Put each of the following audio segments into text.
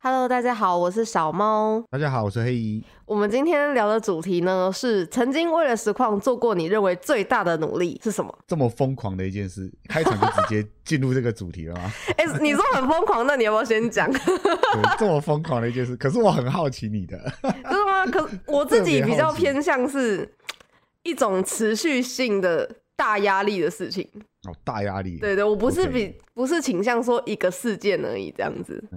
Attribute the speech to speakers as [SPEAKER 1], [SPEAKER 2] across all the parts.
[SPEAKER 1] Hello，大家好，我是小猫。
[SPEAKER 2] 大家好，我是黑衣。
[SPEAKER 1] 我们今天聊的主题呢是曾经为了实况做过你认为最大的努力是什么？
[SPEAKER 2] 这么疯狂的一件事，开场就直接进入这个主题了吗？
[SPEAKER 1] 哎、你说很疯狂，那你要不要先讲？
[SPEAKER 2] 对，这么疯狂的一件事，可是我很好奇你的。
[SPEAKER 1] 真的吗？可我自己比较偏向是一种持续性的大压力的事情。
[SPEAKER 2] 哦，大压力。
[SPEAKER 1] 对对，我不是
[SPEAKER 2] OK 嗯
[SPEAKER 1] 比不是倾向说一个事件而已这样子。对
[SPEAKER 2] 哦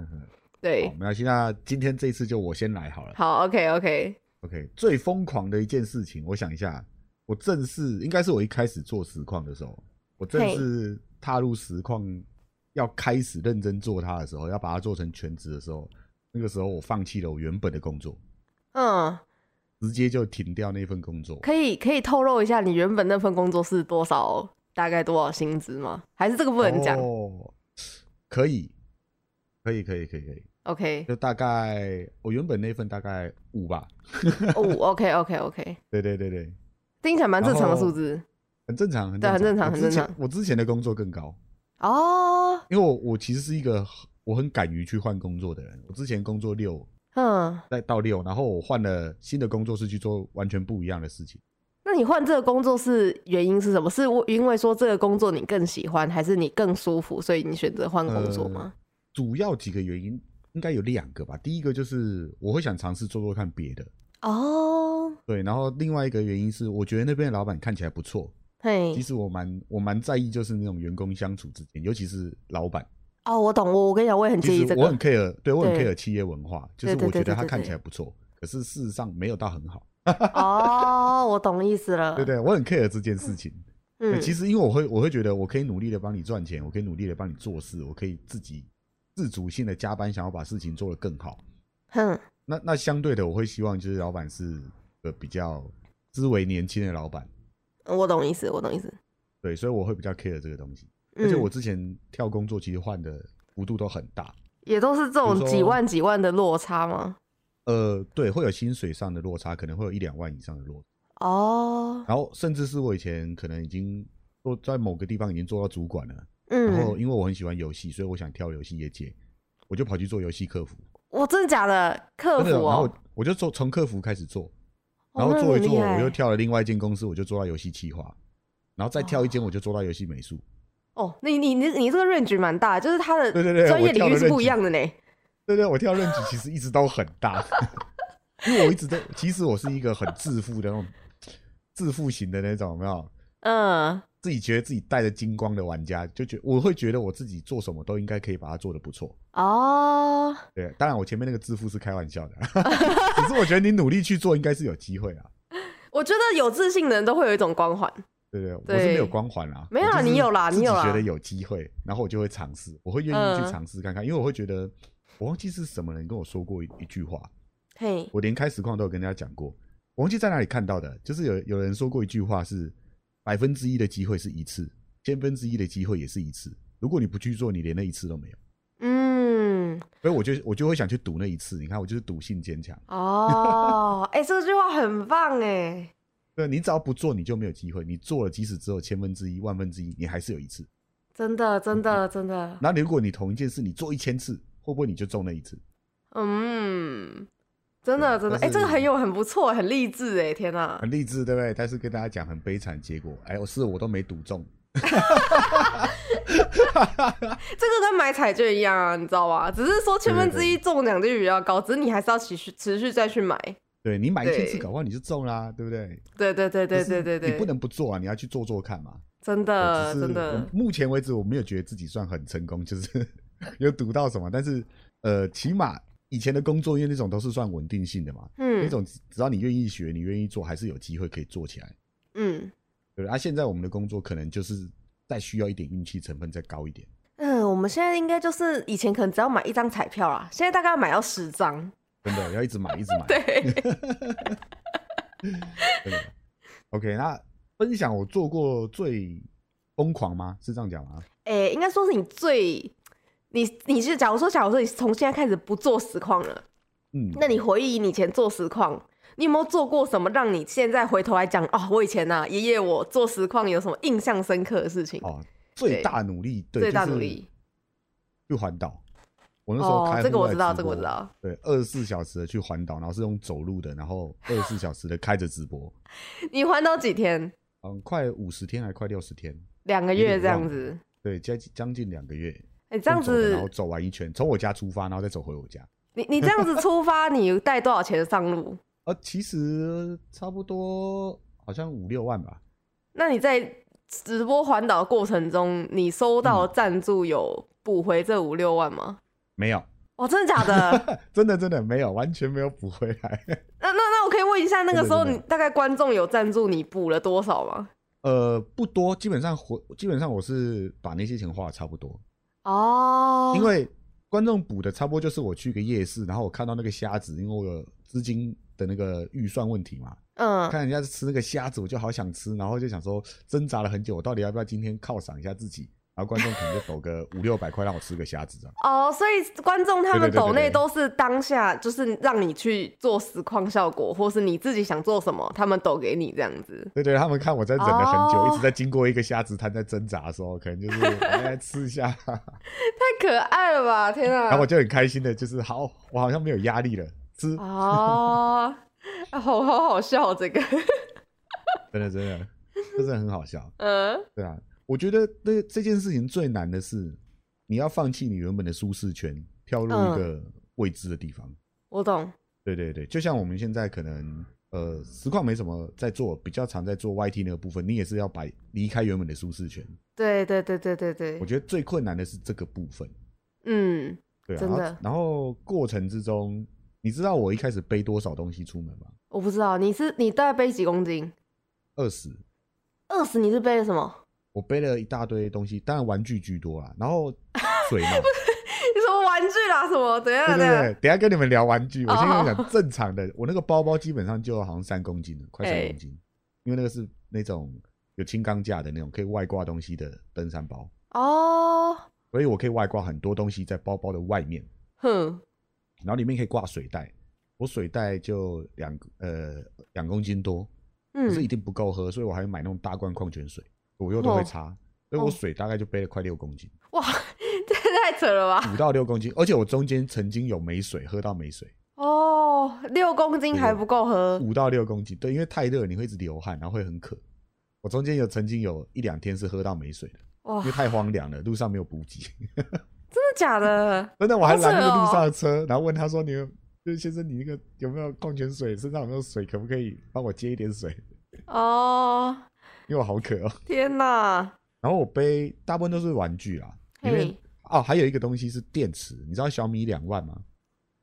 [SPEAKER 2] 好，，没关系，那今天这一次就我先来好了。
[SPEAKER 1] 好，OK OK，
[SPEAKER 2] OK，最疯狂的一件事情，我想一下，我正式应该是我一开始做实况的时候，我正
[SPEAKER 1] 嘿
[SPEAKER 2] 式踏入实况要开始认真做它的时候，要把它做成全职的时候，那个时候我放弃了我原本的工作，
[SPEAKER 1] 嗯，
[SPEAKER 2] 直接就停掉那份工作。
[SPEAKER 1] 可以可以透露一下你原本那份工作是多少，大概多少薪资吗？还是这个不能讲、
[SPEAKER 2] 哦，可以，可以，可以，可以，可以，
[SPEAKER 1] o k
[SPEAKER 2] 就大概我原本那份大概五吧。
[SPEAKER 1] 哦，OK OK OK，
[SPEAKER 2] 对对对对，
[SPEAKER 1] 听起来蛮正常的
[SPEAKER 2] 然后
[SPEAKER 1] 数字
[SPEAKER 2] 很正常，很
[SPEAKER 1] 对很正常
[SPEAKER 2] 我
[SPEAKER 1] 很正
[SPEAKER 2] 之前我之前的工作更高，
[SPEAKER 1] 哦。
[SPEAKER 2] 因为我我其实是一个很我很敢于去换工作的人。我之前工作六，
[SPEAKER 1] 嗯，
[SPEAKER 2] 再到六，然后我换了新的工作是去做完全不一样的事情。
[SPEAKER 1] 那你换这个工作是原因是什么？是因为说这个工作你更喜欢，还是你更舒服，所以你选择换工
[SPEAKER 2] 呃
[SPEAKER 1] 作吗？
[SPEAKER 2] 主要几个原因应该有两个吧，第一个就是我会想尝试做做看别的，
[SPEAKER 1] 哦，
[SPEAKER 2] 对，然后另外一个原因是我觉得那边的老板看起来不错，
[SPEAKER 1] 嘿
[SPEAKER 2] 其，实我蛮我蛮在意，就是那种员工相处之间，尤其是老板。
[SPEAKER 1] 哦，我懂，我我跟你讲，我也很介
[SPEAKER 2] 其
[SPEAKER 1] 意
[SPEAKER 2] 实
[SPEAKER 1] 这
[SPEAKER 2] 我
[SPEAKER 1] 个
[SPEAKER 2] 很，care，对我很
[SPEAKER 1] 对
[SPEAKER 2] care 企业文化，就
[SPEAKER 1] 对
[SPEAKER 2] 是
[SPEAKER 1] 对
[SPEAKER 2] 我觉
[SPEAKER 1] 对对
[SPEAKER 2] 得他
[SPEAKER 1] 对
[SPEAKER 2] 看
[SPEAKER 1] 对
[SPEAKER 2] 起来不错，可是事实上没有到很好。
[SPEAKER 1] 哦，我懂意思了，
[SPEAKER 2] 对对，我很 care 这件事情。对
[SPEAKER 1] 嗯，
[SPEAKER 2] 其实因为我会我会觉得我可以努力的帮你赚钱，我可以努力的帮你做事，我可以自己自主性的加班，想要把事情做得更好。
[SPEAKER 1] 哼，
[SPEAKER 2] 那那相对的，我会希望就是老板是个比较思维年轻的老板，
[SPEAKER 1] 我懂意思，我懂意思，
[SPEAKER 2] 对，所以我会比较 care 这个东西。
[SPEAKER 1] 嗯
[SPEAKER 2] 而且我之前跳工作其实换的幅度都很大，
[SPEAKER 1] 也都是这
[SPEAKER 2] 比
[SPEAKER 1] 种
[SPEAKER 2] 如说
[SPEAKER 1] 几万几万的落差吗？
[SPEAKER 2] 呃，对，会有薪水上的落差，可能会有一两万以上的落差，
[SPEAKER 1] 哦，
[SPEAKER 2] 然后甚至是我以前可能已经做在某个地方已经做到主管了，然后
[SPEAKER 1] 嗯，
[SPEAKER 2] 因为我很喜欢游戏，所以我想跳游戏业界，我就跑去做游戏客服，
[SPEAKER 1] 我真的假的？客
[SPEAKER 2] 真
[SPEAKER 1] 服
[SPEAKER 2] 的，然后
[SPEAKER 1] 哦，
[SPEAKER 2] 我就做从客服开始做，
[SPEAKER 1] 哦
[SPEAKER 2] 然后
[SPEAKER 1] 那
[SPEAKER 2] 做一
[SPEAKER 1] 很厉
[SPEAKER 2] 做，
[SPEAKER 1] 害
[SPEAKER 2] 我又跳了另外一间公司，我就做到游戏企划，然后再跳一间我就做到游戏美术，
[SPEAKER 1] 哦，你你你你这个 range 蛮大，就是他的
[SPEAKER 2] 对对对
[SPEAKER 1] 专业
[SPEAKER 2] 我跳
[SPEAKER 1] 领域
[SPEAKER 2] 的
[SPEAKER 1] 是不
[SPEAKER 2] range
[SPEAKER 1] 一样的呢。
[SPEAKER 2] 对对，我跳任职其实一直都很大， 因为我一直都其实我是一个很自负的那种自负型的那种，有没有？
[SPEAKER 1] 嗯，
[SPEAKER 2] 自己觉得自己带着金光的玩家，就觉我会觉得我自己做什么都应该可以把它做得不错。
[SPEAKER 1] 哦，
[SPEAKER 2] 对，当然我前面那个自负是开玩 笑的，只是我觉得你努力去做，应该是有机会啊。
[SPEAKER 1] 我觉得有自信的人都会有一种光环。
[SPEAKER 2] 对不
[SPEAKER 1] 对
[SPEAKER 2] 对？我是没有光环啊，
[SPEAKER 1] 没有啊
[SPEAKER 2] 我就是
[SPEAKER 1] 你有啦
[SPEAKER 2] 自己
[SPEAKER 1] 你有啦
[SPEAKER 2] 觉得有机会，然后我就会尝试，我会愿意去尝试看看，因为我会觉得，我忘记是什么人跟我说过一一句话，
[SPEAKER 1] 嘿，
[SPEAKER 2] 我连开实况都有跟大家讲过，我忘记在哪里看到的，就是有有人说过一句话是百分之一的机会是一次，千分之一的机会也是一次，如果你不去做，你连那一次都没有。
[SPEAKER 1] 嗯，
[SPEAKER 2] 所以我就我就会想去赌那一次。你看，我就是赌性坚强。
[SPEAKER 1] 哦，哎、这句话很棒哎。
[SPEAKER 2] 对你只要不做，你就没有机会。你做了，即使只有千分之一、万分之一，你还是有一次。
[SPEAKER 1] 真的，真的，真的，
[SPEAKER 2] 那如果你同一件事你做一千次，会不会你就中那一次？
[SPEAKER 1] 嗯，真的，真
[SPEAKER 2] 对
[SPEAKER 1] 的，哎、
[SPEAKER 2] 但是
[SPEAKER 1] 这个很有很不错，很励志哎，天哪、
[SPEAKER 2] 很励志，对不对？但是跟大家讲很悲惨结果。哎，我是我都没赌中。哎
[SPEAKER 1] 这个跟买彩券一样啊，你知道吗？只是说千分之一中奖率比较高，只是你还是要持续持续再去买。
[SPEAKER 2] 对你买一千次，
[SPEAKER 1] 对
[SPEAKER 2] 搞不好你就中啦、对不对？
[SPEAKER 1] 对对对对对对
[SPEAKER 2] 就是你不
[SPEAKER 1] 对，
[SPEAKER 2] 能不做啊，你要去做做看嘛。
[SPEAKER 1] 真
[SPEAKER 2] 我
[SPEAKER 1] 的
[SPEAKER 2] 只是
[SPEAKER 1] 真的
[SPEAKER 2] 我，目前为止我没有觉得自己算很成功，就是 有赌到什么，但是呃，起码以前的工作因为那种都是算稳定性的嘛，那
[SPEAKER 1] 嗯
[SPEAKER 2] 种只要你愿意学，你愿意做，还是有机会可以做起来，
[SPEAKER 1] 嗯
[SPEAKER 2] 对不对？啊，现在我们的工作可能就是再需要一点运气成分再高一点，
[SPEAKER 1] 嗯，我们现在应该就是以前可能只要买一张彩票啦，现在大概要买到十张。
[SPEAKER 2] 真的要一直买，一直 买。
[SPEAKER 1] 对，
[SPEAKER 2] 真的 OK，那分享我做过最疯狂吗？是这样讲吗？
[SPEAKER 1] 诶、应该说是你最，你你是假如说，假如说你从现在开始不做实况了，
[SPEAKER 2] 嗯，
[SPEAKER 1] 那你回忆你以前做实况你有没有做过什么让你现在回头来讲哦，我以前呐、啊，爷爷我做实况有什么印象深刻的事情？
[SPEAKER 2] 哦，最大努力，对，
[SPEAKER 1] 最大
[SPEAKER 2] 就是
[SPEAKER 1] 努力
[SPEAKER 2] 去环岛。我那时候
[SPEAKER 1] 哦
[SPEAKER 2] 开、，
[SPEAKER 1] 这个我知道，这个我知。道。
[SPEAKER 2] 对，二十四小时的去环岛，然后是用走路的，然后二十四小时的开着直播，
[SPEAKER 1] 你环岛几天？
[SPEAKER 2] 嗯，快五十天还快六十天，
[SPEAKER 1] 两个
[SPEAKER 2] 有
[SPEAKER 1] 月
[SPEAKER 2] 点
[SPEAKER 1] 这样
[SPEAKER 2] 忘
[SPEAKER 1] 子？
[SPEAKER 2] 对，将近将近两个月。
[SPEAKER 1] 哎、这样
[SPEAKER 2] 用走的然后
[SPEAKER 1] 子，
[SPEAKER 2] 走完一圈，从我家出发，然后再走回我家。
[SPEAKER 1] 你你这样子出发，你带多少钱上路？
[SPEAKER 2] 呃，其实差不多好像五六万吧。
[SPEAKER 1] 那你在直播环岛的过程中，你收到
[SPEAKER 2] 嗯
[SPEAKER 1] 的赞助有补回这五六万吗？
[SPEAKER 2] 没有，
[SPEAKER 1] 哇，哦真的假 的？
[SPEAKER 2] 真的真的没有，完全没有补回来。
[SPEAKER 1] 那那那我可以问一下，那个时候
[SPEAKER 2] 真的
[SPEAKER 1] 你大概观众有赞助你补了多少吗？
[SPEAKER 2] 呃，不多，基本上回，基本上我是把那些钱花的差不多，
[SPEAKER 1] 哦，
[SPEAKER 2] 因为观众补的差不多就是我去个夜市，然后我看到那个虾子，因为我有资金的那个预算问题嘛，
[SPEAKER 1] 嗯，
[SPEAKER 2] 看人家吃那个虾子，我就好想吃，然后就想说挣扎了很久，我到底要不要今天犒赏一下自己？然后观众可能就抖个五六百块让我吃个虾子这样。
[SPEAKER 1] 哦，所以观众他们
[SPEAKER 2] 对对对对
[SPEAKER 1] 抖内
[SPEAKER 2] 对
[SPEAKER 1] 都是当下就是让你去做实况效果，或是你自己想做什么，他们抖给你这样子。
[SPEAKER 2] 对对，他们看我在忍了很久，
[SPEAKER 1] 哦
[SPEAKER 2] 一直在经过一个虾子摊在挣扎的时候，可能就是哎来来吃一下，
[SPEAKER 1] 太可爱了吧！天
[SPEAKER 2] 然后我
[SPEAKER 1] 啊！
[SPEAKER 2] 就很开心的，就是好，我好像没有压力了，吃，
[SPEAKER 1] 哦， 啊好好好笑这个，
[SPEAKER 2] 真的真的，真的很好笑。
[SPEAKER 1] 嗯，
[SPEAKER 2] 对啊，我觉得那这件事情最难的是，你要放弃你原本的舒适圈，跳入一个未知的地方。
[SPEAKER 1] 我懂。
[SPEAKER 2] 对对对，就像我们现在可能呃实况没什么在做，比较常在做 YT 那个部分，你也是要把离开原本的舒适圈。
[SPEAKER 1] 对对对对对对
[SPEAKER 2] 我，觉得最困难的是这个部分。
[SPEAKER 1] 嗯，
[SPEAKER 2] 对啊，
[SPEAKER 1] 真的
[SPEAKER 2] 然后然后过程之中，你知道我一开始背多少东西出门吗？
[SPEAKER 1] 我不知道你是你大概背几公斤？
[SPEAKER 2] 二十，
[SPEAKER 1] 二十你是背了什么？
[SPEAKER 2] 我背了一大堆东西，当然玩具居多啦，然 后水嘛。
[SPEAKER 1] 你什么玩具啦？什么？啊等一下
[SPEAKER 2] 对对
[SPEAKER 1] 等一下，
[SPEAKER 2] 对，等一下跟你们聊玩具。我先跟你
[SPEAKER 1] 哦
[SPEAKER 2] 讲正常的，我那个包包基本上就好像三公斤了，快
[SPEAKER 1] 哎
[SPEAKER 2] 三公斤，因为那个是那种有轻钢架的那种可以外挂东西的登山包，
[SPEAKER 1] 哦，
[SPEAKER 2] 所以我可以外挂很多东西在包包的外面，
[SPEAKER 1] 哼，
[SPEAKER 2] 然后里面可以挂水袋。我水袋就两呃两公斤多，可是一
[SPEAKER 1] 嗯，
[SPEAKER 2] 定不够喝，所以我还买那种大罐矿泉水，左右都会
[SPEAKER 1] 哦
[SPEAKER 2] 擦，所以
[SPEAKER 1] 哦
[SPEAKER 2] 我水大概就背了快六公斤，
[SPEAKER 1] 哇，这太扯了吧！
[SPEAKER 2] 五到六公斤，而且我中间曾经有没水，喝到没水。
[SPEAKER 1] 哦，六公斤
[SPEAKER 2] 对
[SPEAKER 1] 还不够喝，
[SPEAKER 2] 五到六公斤，对，因为太热你会一直流汗，然后会很渴。我中间有曾经有一两天是喝到没水的，
[SPEAKER 1] 哇，
[SPEAKER 2] 因
[SPEAKER 1] 真
[SPEAKER 2] 为
[SPEAKER 1] 的
[SPEAKER 2] 太荒凉了，路上没有补给。
[SPEAKER 1] 假的？
[SPEAKER 2] 真的，我还拦那个
[SPEAKER 1] 好扯哦
[SPEAKER 2] 路上的车，然后问他说：“你有就是先生，你那个有没有矿泉水？身上有没有水？可不可以帮我接一点水？
[SPEAKER 1] 哦，
[SPEAKER 2] 因为我好渴哦。
[SPEAKER 1] 天哪！”
[SPEAKER 2] 然后我背大部分都是玩具啦，里面
[SPEAKER 1] 嘿，
[SPEAKER 2] 哦还有一个东西是电池，你知道小米两万吗？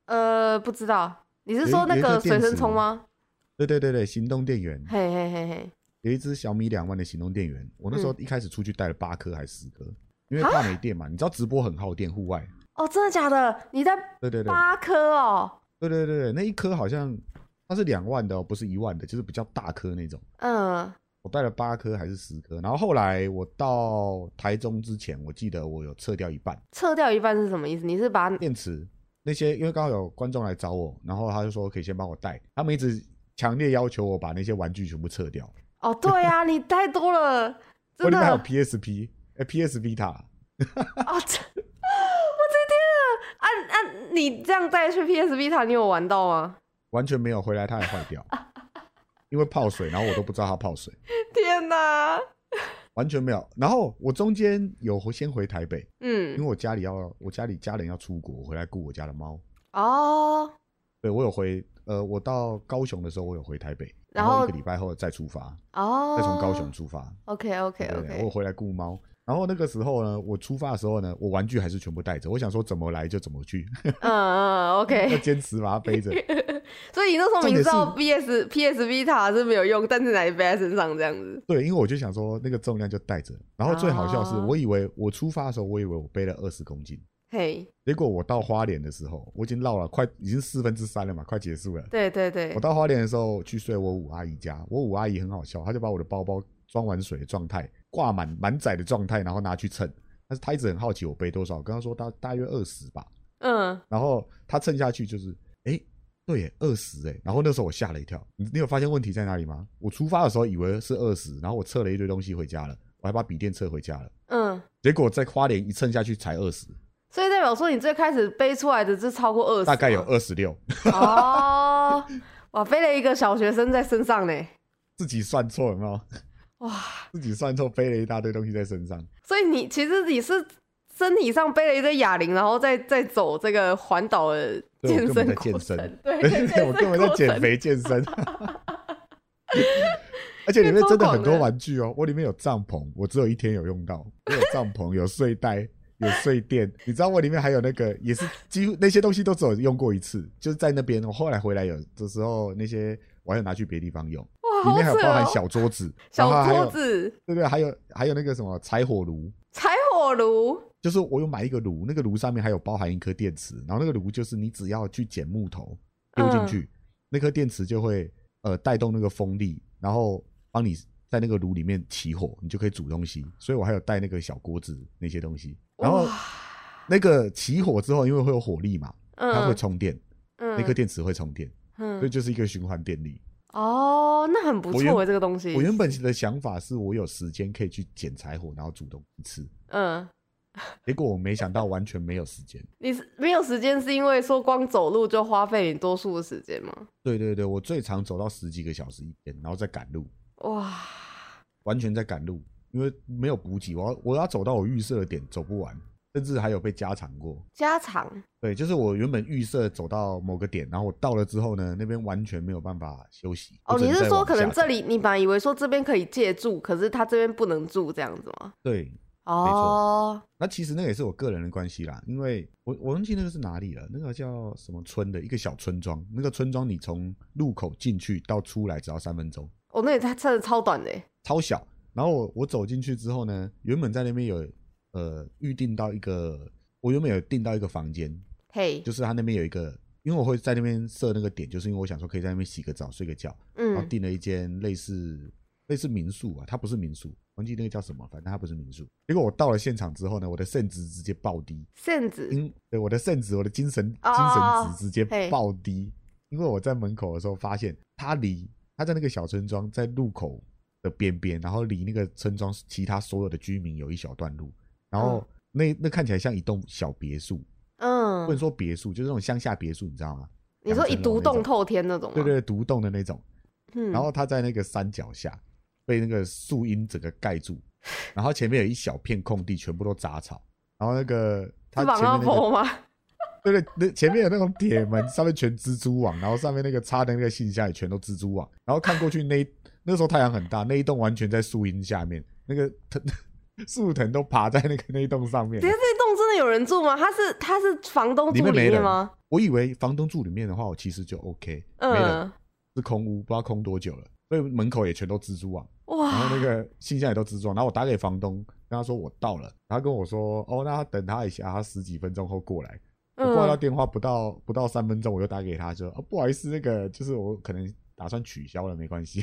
[SPEAKER 1] 呃，不知道，你是
[SPEAKER 2] 有一
[SPEAKER 1] 说那
[SPEAKER 2] 有一颗
[SPEAKER 1] 个
[SPEAKER 2] 电
[SPEAKER 1] 随身
[SPEAKER 2] 池
[SPEAKER 1] 充吗？
[SPEAKER 2] 对对对对，行动电源
[SPEAKER 1] 嘿嘿嘿嘿，
[SPEAKER 2] 有一只小米两万的行动电源，我那
[SPEAKER 1] 嗯
[SPEAKER 2] 时候一开始出去带了八颗还是十颗，因为
[SPEAKER 1] 啊
[SPEAKER 2] 怕没电嘛。你知道直播很耗电，户外。
[SPEAKER 1] 哦，真的假的？你在
[SPEAKER 2] 对对对，
[SPEAKER 1] 八颗哦，
[SPEAKER 2] 对对对对，那一颗好像它是两万的哦，不是一万的，就是比较大颗那种。
[SPEAKER 1] 嗯，
[SPEAKER 2] 我带了八颗还是十颗，然后后来我到台中之前，我记得我有撤掉一半
[SPEAKER 1] 撤掉一半是什么意思？你是把
[SPEAKER 2] 电池那些，因为刚好有观众来找我，然后他就说可以先帮我带，他们一直强烈要求我把那些玩具全部撤掉，
[SPEAKER 1] 哦，对呀、你太多了，
[SPEAKER 2] 我
[SPEAKER 1] 真
[SPEAKER 2] 里
[SPEAKER 1] 的
[SPEAKER 2] 面还有
[SPEAKER 1] 啊
[SPEAKER 2] PSP，哎、p s v 塔，
[SPEAKER 1] 哦，这我的天啊！啊啊，你这样带去 PS Vita，你有玩到吗？
[SPEAKER 2] 完全没有回来，它也坏 掉，因为泡水，然后我都不知道它泡水，
[SPEAKER 1] 天哪、
[SPEAKER 2] 完全没有。然后我中间有回先回台北，因为
[SPEAKER 1] 嗯，
[SPEAKER 2] 我家里要，我家里家人要出国，我回来顾我家的猫。
[SPEAKER 1] 哦，
[SPEAKER 2] 对我有回，呃，我到高雄的时候，我有回台北，
[SPEAKER 1] 然
[SPEAKER 2] 然
[SPEAKER 1] 后
[SPEAKER 2] 后一个礼拜后再出发，
[SPEAKER 1] 哦，
[SPEAKER 2] 再从高雄。出发。
[SPEAKER 1] OK OK
[SPEAKER 2] 对对对，我
[SPEAKER 1] OK，
[SPEAKER 2] 有回来顾猫。然后那个时候呢，我出发的时候呢，我玩具还是全部带着。我想说怎么来就怎么 去，
[SPEAKER 1] 嗯嗯
[SPEAKER 2] 要
[SPEAKER 1] OK。
[SPEAKER 2] 坚持把它背着。
[SPEAKER 1] 所以你那时候明知道
[SPEAKER 2] 重
[SPEAKER 1] PS PS Vita 是没有用，但是拿来背在身上这样子。
[SPEAKER 2] 对，因为我就想说那个重量就带着。然后最好笑是，
[SPEAKER 1] 哦
[SPEAKER 2] 我以为我出发的时候，我以为我背了二十公斤，
[SPEAKER 1] 嘿，
[SPEAKER 2] 结果我到花莲的时候，我已经绕了快已经四分之三了嘛，快结束了。
[SPEAKER 1] 对对对
[SPEAKER 2] 我，到花莲的时候去睡我五阿姨家，我五阿姨很好笑，她就把我的包包装完水的状态挂满满载的状态，然后拿去称，但是她一直很好奇我背多少，我跟她说大大约二十吧，
[SPEAKER 1] 嗯，
[SPEAKER 2] 然后她称下去就是，哎，对耶，二十哎。然后那时候我吓了一跳，你你有发现问题在哪里吗？我出发的时候以为是二十，然后我测了一堆东西回家了，我还把笔电测回家了，
[SPEAKER 1] 嗯，
[SPEAKER 2] 结果在花莲一称下去才二十，
[SPEAKER 1] 所以代表说你最开始背出来的是超过二十，
[SPEAKER 2] 大概有二十六，
[SPEAKER 1] 哦，哇，背了一个小学生在身上呢，
[SPEAKER 2] 自己算错了没有？
[SPEAKER 1] 哇，
[SPEAKER 2] 自己算错，背了一大堆东西在身上。
[SPEAKER 1] 所以你其实你是身体上背了一堆哑铃，然后再再走这个环岛的
[SPEAKER 2] 对
[SPEAKER 1] 健
[SPEAKER 2] 我根
[SPEAKER 1] 身
[SPEAKER 2] 本
[SPEAKER 1] 过
[SPEAKER 2] 在健身
[SPEAKER 1] 程， 对，
[SPEAKER 2] 对
[SPEAKER 1] 健
[SPEAKER 2] 对，
[SPEAKER 1] 身
[SPEAKER 2] 我根本在
[SPEAKER 1] 过
[SPEAKER 2] 减
[SPEAKER 1] 程，
[SPEAKER 2] 肥 健身。而且里面真的很多玩具哦，我里面有帐篷，我只有一天有用到，我有帐篷，有睡袋，有睡垫。你知道我里面还有那个，也是几乎那些东西都只有用过一次，就是在那边。我后来回来有的时候那些我还有拿去别地方用，
[SPEAKER 1] 哇，
[SPEAKER 2] 里
[SPEAKER 1] 好
[SPEAKER 2] 面还有
[SPEAKER 1] 扯
[SPEAKER 2] 包含
[SPEAKER 1] 哦，
[SPEAKER 2] 小桌子，然后
[SPEAKER 1] 小
[SPEAKER 2] 还有
[SPEAKER 1] 桌子、
[SPEAKER 2] 对对，还有还有那个什么柴火炉，
[SPEAKER 1] 柴火炉，
[SPEAKER 2] 就是我有买一个炉，那个炉上面还有包含一颗电池，然后那个炉就是你只要去捡木头丢
[SPEAKER 1] 嗯
[SPEAKER 2] 进去，那颗电池就会呃带动那个风力，然后帮你在那个炉里面起火，你就可以煮东西。所以我还有带那个小锅子那些东西，然后
[SPEAKER 1] 哇
[SPEAKER 2] 那个起火之后，因为会有火力嘛，它会
[SPEAKER 1] 嗯
[SPEAKER 2] 充电，那颗
[SPEAKER 1] 嗯
[SPEAKER 2] 电池会充电，所以
[SPEAKER 1] 嗯，
[SPEAKER 2] 就是一个循环电力。
[SPEAKER 1] 哦，那很不
[SPEAKER 2] 我原
[SPEAKER 1] 错哎，这个东西，
[SPEAKER 2] 我原本的想法是我有时间可以去捡柴火，然后煮东西吃，
[SPEAKER 1] 嗯。
[SPEAKER 2] 结果我没想到完全没有时间。
[SPEAKER 1] 你是没有时间，是因为说光走路就花费你多数的时间吗？
[SPEAKER 2] 对对对，我最长走到十几个小时一天，然后再赶路，
[SPEAKER 1] 哇，
[SPEAKER 2] 完全在赶路，因为没有补给，我要我要走到我预设的点走不完，甚至还有被加长过。
[SPEAKER 1] 家常
[SPEAKER 2] 对，就是我原本预设走到某个点，然后我到了之后呢，那边完全没有办法休息。
[SPEAKER 1] 哦，
[SPEAKER 2] 我只
[SPEAKER 1] 你
[SPEAKER 2] 再
[SPEAKER 1] 是说
[SPEAKER 2] 往
[SPEAKER 1] 可能
[SPEAKER 2] 下
[SPEAKER 1] 这
[SPEAKER 2] 走
[SPEAKER 1] 里你本来以为说这边可以借住，可是他这边不能住这样子吗？
[SPEAKER 2] 对？
[SPEAKER 1] 哦，
[SPEAKER 2] 那其实那也是我个人的关系啦，因为我我忘记那个是哪里了，那个叫什么村的一个小村庄，那个村庄你从入口进去到出来只要三分钟。
[SPEAKER 1] 哦，那也他真的超短的耶，欸
[SPEAKER 2] 超小。然后我我走进去之后呢，原本在那边有呃预定到一个，我原本有订到一个房间，
[SPEAKER 1] 嘿，
[SPEAKER 2] 就是他那边有一个，因为我会在那边设那个点，就是因为我想说可以在那边洗个澡、睡个觉，然后
[SPEAKER 1] 嗯
[SPEAKER 2] 订了一间类似类似民宿啊，它不是民宿，忘记那个叫什么，反正它不是民宿。结果我到了现场之后呢，我的肾值直接暴低，
[SPEAKER 1] 扇子，
[SPEAKER 2] 因对我的肾值，我的精神
[SPEAKER 1] 嗯哦
[SPEAKER 2] 精神值直接
[SPEAKER 1] 嘿
[SPEAKER 2] 暴低，因为我在门口的时候发现他离他在那个小村庄在路口的边边，然后离那个村庄其他所有的居民有一小段路，然后那那看起来像一栋小别墅，不能
[SPEAKER 1] 嗯，
[SPEAKER 2] 说别墅，就是那种乡下别墅，你知道吗？
[SPEAKER 1] 你说
[SPEAKER 2] 两
[SPEAKER 1] 一
[SPEAKER 2] 层
[SPEAKER 1] 独
[SPEAKER 2] 楼那种
[SPEAKER 1] 栋透天那种吗？
[SPEAKER 2] 对，对，独栋的那种。
[SPEAKER 1] 嗯，
[SPEAKER 2] 然后他在那个山脚下被那个树荫整个盖住，然后前面有一小片空地，全部都杂草，然后那个他
[SPEAKER 1] 是绑
[SPEAKER 2] 前面
[SPEAKER 1] 到
[SPEAKER 2] 那个
[SPEAKER 1] 坡吗？
[SPEAKER 2] 对对，那前面有那种铁门，上面全蜘蛛网，然后上面那个插的那个信箱也全都蜘蛛网，然后看过去那一 那时候太阳很大，那一栋完全在树荫下面，那个 藤树藤都爬在那个那一栋上面
[SPEAKER 1] 等一。下这一栋真的有人住吗？他是他是房东
[SPEAKER 2] 里
[SPEAKER 1] 住
[SPEAKER 2] 面没
[SPEAKER 1] 里面
[SPEAKER 2] 人
[SPEAKER 1] 吗？
[SPEAKER 2] 我以为房东住里面的话，我其实就 OK，没人
[SPEAKER 1] 嗯，
[SPEAKER 2] 是空屋，不知道空多久了，所以门口也全都蜘蛛网，然
[SPEAKER 1] 哇
[SPEAKER 2] 后，那个信箱也都蜘蛛网，然后我打给房东，跟他说我到了，然后他跟我说哦，那他等他一下，他十几分钟后过来。我挂到
[SPEAKER 1] 嗯，
[SPEAKER 2] 电话不到不到三分钟，我又打给他，就说、哦、不好意思，那个就是我可能打算取消了，没 关系。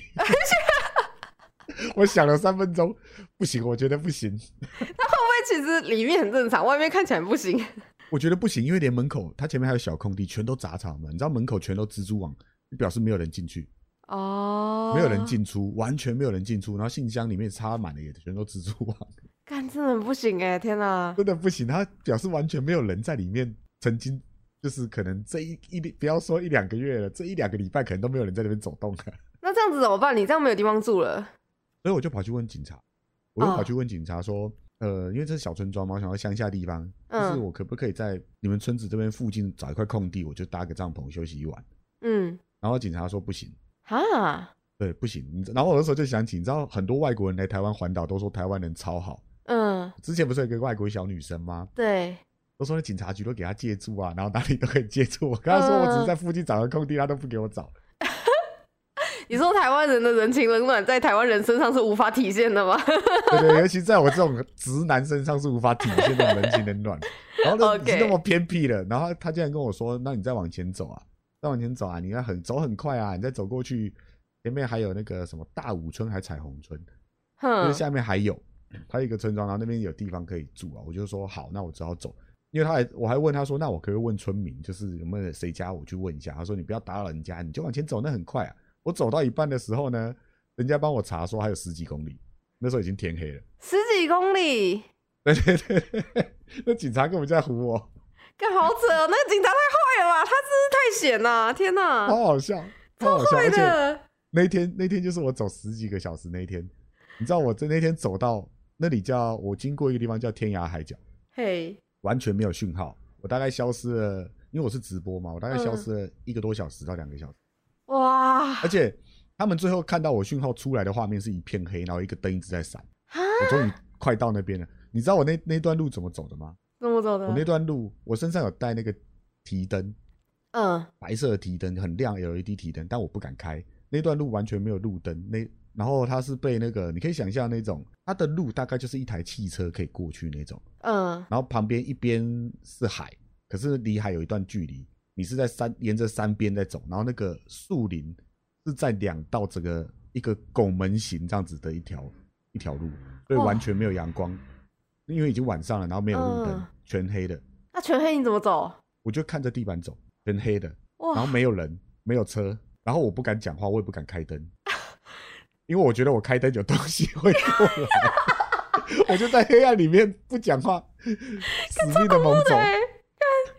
[SPEAKER 2] 我想了三分钟，不行，我觉得不行，
[SPEAKER 1] 但其实里面很正常，外面看起来不行。
[SPEAKER 2] 我觉得不行，因为连门口它前面还有小空地，全都杂草嘛，你知道门口全都蜘蛛网，就表示没有人进去，
[SPEAKER 1] 哦，
[SPEAKER 2] 没有人，进出，完全没有人进出，然后信箱里面插满了也全都蜘蛛网，
[SPEAKER 1] 干真的很不行哎、天哪！
[SPEAKER 2] 真的不行，它表示完全没有人在里面曾经。就是可能这一一不要说一两个月了，这一两个礼拜可能都没有人在那边走动了。
[SPEAKER 1] 那这样子怎么办？你这样没有地方住了。
[SPEAKER 2] 所以我就跑去问警察，我又
[SPEAKER 1] 啊
[SPEAKER 2] 跑去问警察说，呃，因为这是小村庄嘛，我想要乡下地方，
[SPEAKER 1] 嗯
[SPEAKER 2] 就是我可不可以在你们村子这边附近找一块空地，我就搭个帐篷休息一晚？
[SPEAKER 1] 嗯，
[SPEAKER 2] 然后警察说不行，
[SPEAKER 1] 哈，
[SPEAKER 2] 对，不行。你知然后我那时候就想起，你知道很多外国人来台湾环岛都说台湾人超好，
[SPEAKER 1] 嗯，
[SPEAKER 2] 之前不是有一个外国小女生吗？
[SPEAKER 1] 对，
[SPEAKER 2] 都说那警察局都给她借住啊，然后哪里都可以借住。我跟她说我只是在附近找个空地，她都不给我找。
[SPEAKER 1] 你说台湾人的人情冷暖在台湾人身上是无法体现的吗？
[SPEAKER 2] 对对，尤其在我这种直男身上是无法体现那种人情冷暖。然后呢，
[SPEAKER 1] OK
[SPEAKER 2] 你是那么偏僻的，然后他竟然跟我说：“那你再往前走啊，再往前走啊，你要很走很快啊，你再走过去，前面还有那个什么大武村还彩虹村，就
[SPEAKER 1] 哼
[SPEAKER 2] 是，下面还有还有一个村庄，然后那边有地方可以住啊。”我就说：“好，那我只好走。”因因为他还我还问他说，那我可不可以问村民，就是有没有谁家我去问一下？他说你不要打扰人家，你就往前走，那很快啊。我走到一半的时候呢，人家帮我查说还有十几公里，那时候已经天黑了。
[SPEAKER 1] 十几公里，
[SPEAKER 2] 对对对对对， 那警察根本就在唬我，
[SPEAKER 1] 干好扯哦！那个警察太坏了吧，他真是太险了，天哪，
[SPEAKER 2] 好好笑，超好笑，
[SPEAKER 1] 啊坏
[SPEAKER 2] 而且
[SPEAKER 1] 的，
[SPEAKER 2] 那一天那一天就是我走十几个小时那一天，你知道我在那天走到那里叫我经过一个地方叫天涯海角，
[SPEAKER 1] 嘿，
[SPEAKER 2] 完全没有讯号，我大概消失了，因为我是直播嘛，我大概
[SPEAKER 1] 嗯
[SPEAKER 2] 消失了一个多小时到两个小时，
[SPEAKER 1] 哇，
[SPEAKER 2] 而且他们最后看到我讯号出来的画面是一片黑，然后一个灯一直在闪，
[SPEAKER 1] 啊，
[SPEAKER 2] 我终于快到那边了。你知道我那那段路怎么走的吗？
[SPEAKER 1] 怎么走的
[SPEAKER 2] 我？那段路我身上有带那个提灯，
[SPEAKER 1] 嗯，
[SPEAKER 2] 白色的提灯，很亮 LED 提灯，但我不敢开。那段路完全没有路灯，那然后它是被那个，你可以想象那种，它的路大概就是一台汽车可以过去那种，
[SPEAKER 1] 嗯，
[SPEAKER 2] 然后旁边一边是海，可是离海有一段距离，你是在山沿着山边在走，然后那个树林是在两道这个一个拱门形这样子的一条一条路，所以
[SPEAKER 1] 哇
[SPEAKER 2] 完全没有阳光，因为已经晚上了，然后没有路灯，
[SPEAKER 1] 嗯
[SPEAKER 2] 全黑的，
[SPEAKER 1] 那啊全黑你怎么走？
[SPEAKER 2] 我就看着地板走，全黑的，
[SPEAKER 1] 哇，
[SPEAKER 2] 然后没有人，没有车，然后我不敢讲话，我也不敢 开灯，因为我觉得我开灯有东西会过来， 我就在黑暗里面不讲话，死命的蒙走，
[SPEAKER 1] 对，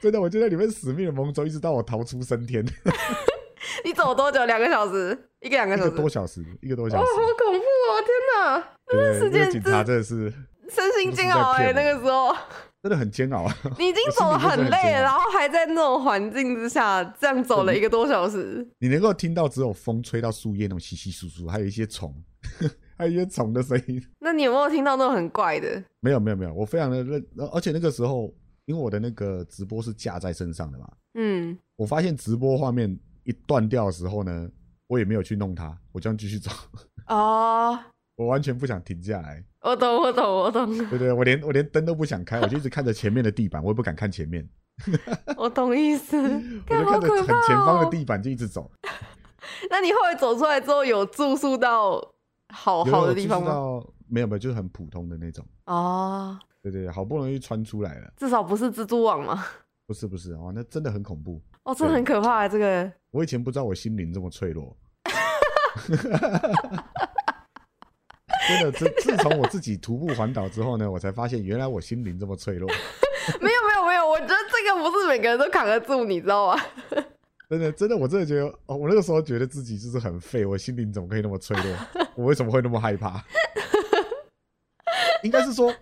[SPEAKER 2] 真的，我就在里面死命的蒙走，一直到我逃出升天，
[SPEAKER 1] 你走多久？两个小时，一个两个
[SPEAKER 2] 一
[SPEAKER 1] 小
[SPEAKER 2] 个
[SPEAKER 1] 时，
[SPEAKER 2] 多小时，一个多
[SPEAKER 1] 哦，
[SPEAKER 2] 小时，
[SPEAKER 1] 好恐怖哦！天哪，
[SPEAKER 2] 对，
[SPEAKER 1] 时
[SPEAKER 2] 那个
[SPEAKER 1] 间
[SPEAKER 2] 警
[SPEAKER 1] 真
[SPEAKER 2] 察真的是
[SPEAKER 1] 身心煎熬哎、
[SPEAKER 2] 这是在
[SPEAKER 1] 那
[SPEAKER 2] 骗我
[SPEAKER 1] 个时候
[SPEAKER 2] 真的很煎熬啊，
[SPEAKER 1] 你已经走得很
[SPEAKER 2] 我心里面真的很
[SPEAKER 1] 累
[SPEAKER 2] 煎
[SPEAKER 1] 了，
[SPEAKER 2] 熬
[SPEAKER 1] 然后还在那种环境之下，这样走了一个多小时，
[SPEAKER 2] 你能够听到只有风吹到树叶那种稀稀疏疏，还有一些虫， 还有一些虫的声音，
[SPEAKER 1] 那你有没有听到那种很怪的？
[SPEAKER 2] 没有没有没有，我非常的认，呃而且那个时候因为我的那个直播是架在身上的嘛。
[SPEAKER 1] 嗯，
[SPEAKER 2] 我发现直播画面一断掉的时候呢，我也没有去弄它，我这样继续走，
[SPEAKER 1] 哦，
[SPEAKER 2] 我完全不想停下来，
[SPEAKER 1] 我懂，我懂，我懂，
[SPEAKER 2] 对不对？我连我连灯都不想开，我就一直看着前面的地板，我也不敢看前面，
[SPEAKER 1] 我懂意思。
[SPEAKER 2] 我
[SPEAKER 1] 干
[SPEAKER 2] 就
[SPEAKER 1] 好
[SPEAKER 2] 看着
[SPEAKER 1] 可
[SPEAKER 2] 很
[SPEAKER 1] 怕
[SPEAKER 2] 前方的
[SPEAKER 1] 哦！
[SPEAKER 2] 地板就一直走。
[SPEAKER 1] 那你后来走出来之后，有住宿到好
[SPEAKER 2] 有
[SPEAKER 1] 好的
[SPEAKER 2] 有
[SPEAKER 1] 地
[SPEAKER 2] 就是
[SPEAKER 1] 方吗？
[SPEAKER 2] 到没有没有，就是很普通的那种，
[SPEAKER 1] 哦，
[SPEAKER 2] 对对，对好不容易穿出来了，
[SPEAKER 1] 至少不是蜘蛛网嘛。
[SPEAKER 2] 不是不是哦，那真的很恐怖。
[SPEAKER 1] 哦，真的很可怕、这个。
[SPEAKER 2] 我以前不知道我心灵这么脆弱。真的，自自从我自己徒步环岛之后呢，我才发现原来我心灵这么脆弱。
[SPEAKER 1] 没有没有没有，我觉得这个不是每个人都扛得住，你知道吗？
[SPEAKER 2] 真的，真的，我真的觉得，哦，我那个时候觉得自己就是很废，我心灵怎么可以那么脆弱？我为什么会那么害怕？应该是说，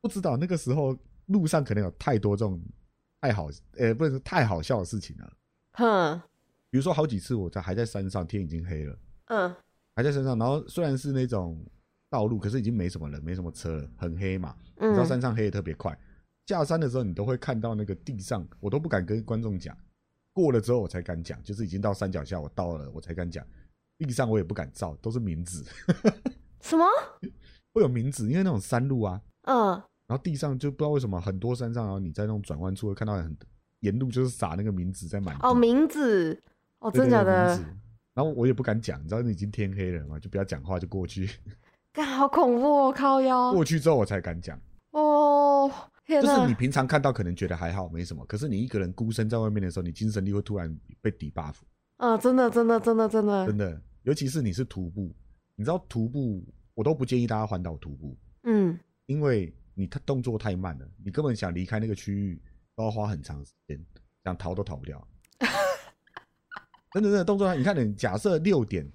[SPEAKER 2] 不知道那个时候路上可能有太多这种太好，呃，不能说太好笑的事情了。
[SPEAKER 1] 哼，
[SPEAKER 2] 比如说好几次我在还在山上，天已经黑了，
[SPEAKER 1] 嗯
[SPEAKER 2] 还在山上，然后虽然是那种道路，可是已经没什么人，没什么车了，很黑嘛。你知道
[SPEAKER 1] 嗯，
[SPEAKER 2] 山上黑的特别快，下山的时候你都会看到那个地上，我都不敢跟观众讲，过了之后我才敢讲，就是已经到山脚下，我到了我才敢讲，地上我也不敢照，都是名字，
[SPEAKER 1] 什么？
[SPEAKER 2] 会有名字，因为那种山路啊，
[SPEAKER 1] 嗯，
[SPEAKER 2] 然后地上就不知道为什么很多山上，然后你在那种转弯处会看到很沿路就是撒那个名字在满地
[SPEAKER 1] 哦，名字，哦，
[SPEAKER 2] 对
[SPEAKER 1] 真的假
[SPEAKER 2] 对对名
[SPEAKER 1] 的
[SPEAKER 2] 字？然后我也不敢讲，你知道已经天黑了嘛，就不要讲话，就过去。
[SPEAKER 1] 干，好恐怖哦，靠腰
[SPEAKER 2] 过去之后我才敢讲，
[SPEAKER 1] 哦，天
[SPEAKER 2] 就是
[SPEAKER 1] 哪
[SPEAKER 2] 你！平常看到可能觉得还好没什么，可是你一个人孤身在外面的时候，你精神力会突然被 debuff。
[SPEAKER 1] 嗯，真的，真的，真的，真的
[SPEAKER 2] 真，的，尤其是你是徒步，你知道徒步，我都不建议大家环岛徒步，
[SPEAKER 1] 嗯，
[SPEAKER 2] 因为你他动作太慢了，你根本想离开那个区域都要花很长时间，想逃都逃不掉。真的真的动作太，你看你假设六点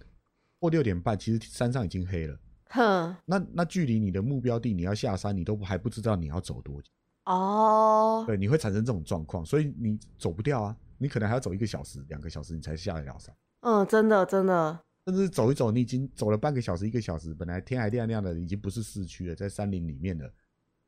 [SPEAKER 2] 或六点半，其实山上已经黑了，
[SPEAKER 1] 哼，
[SPEAKER 2] 那那距离你的目标地你要下山，你都还不知道你要走多久，
[SPEAKER 1] 哦，
[SPEAKER 2] 对，你会产生这种状况，所以你走不掉啊，你可能还要走一个小时、两个小时你才下得了山。
[SPEAKER 1] 嗯，真的，真的，
[SPEAKER 2] 甚至走一走，你已经走了半个小时、一个小时，本来天还亮亮的，已经不是市区了，在山林里面了。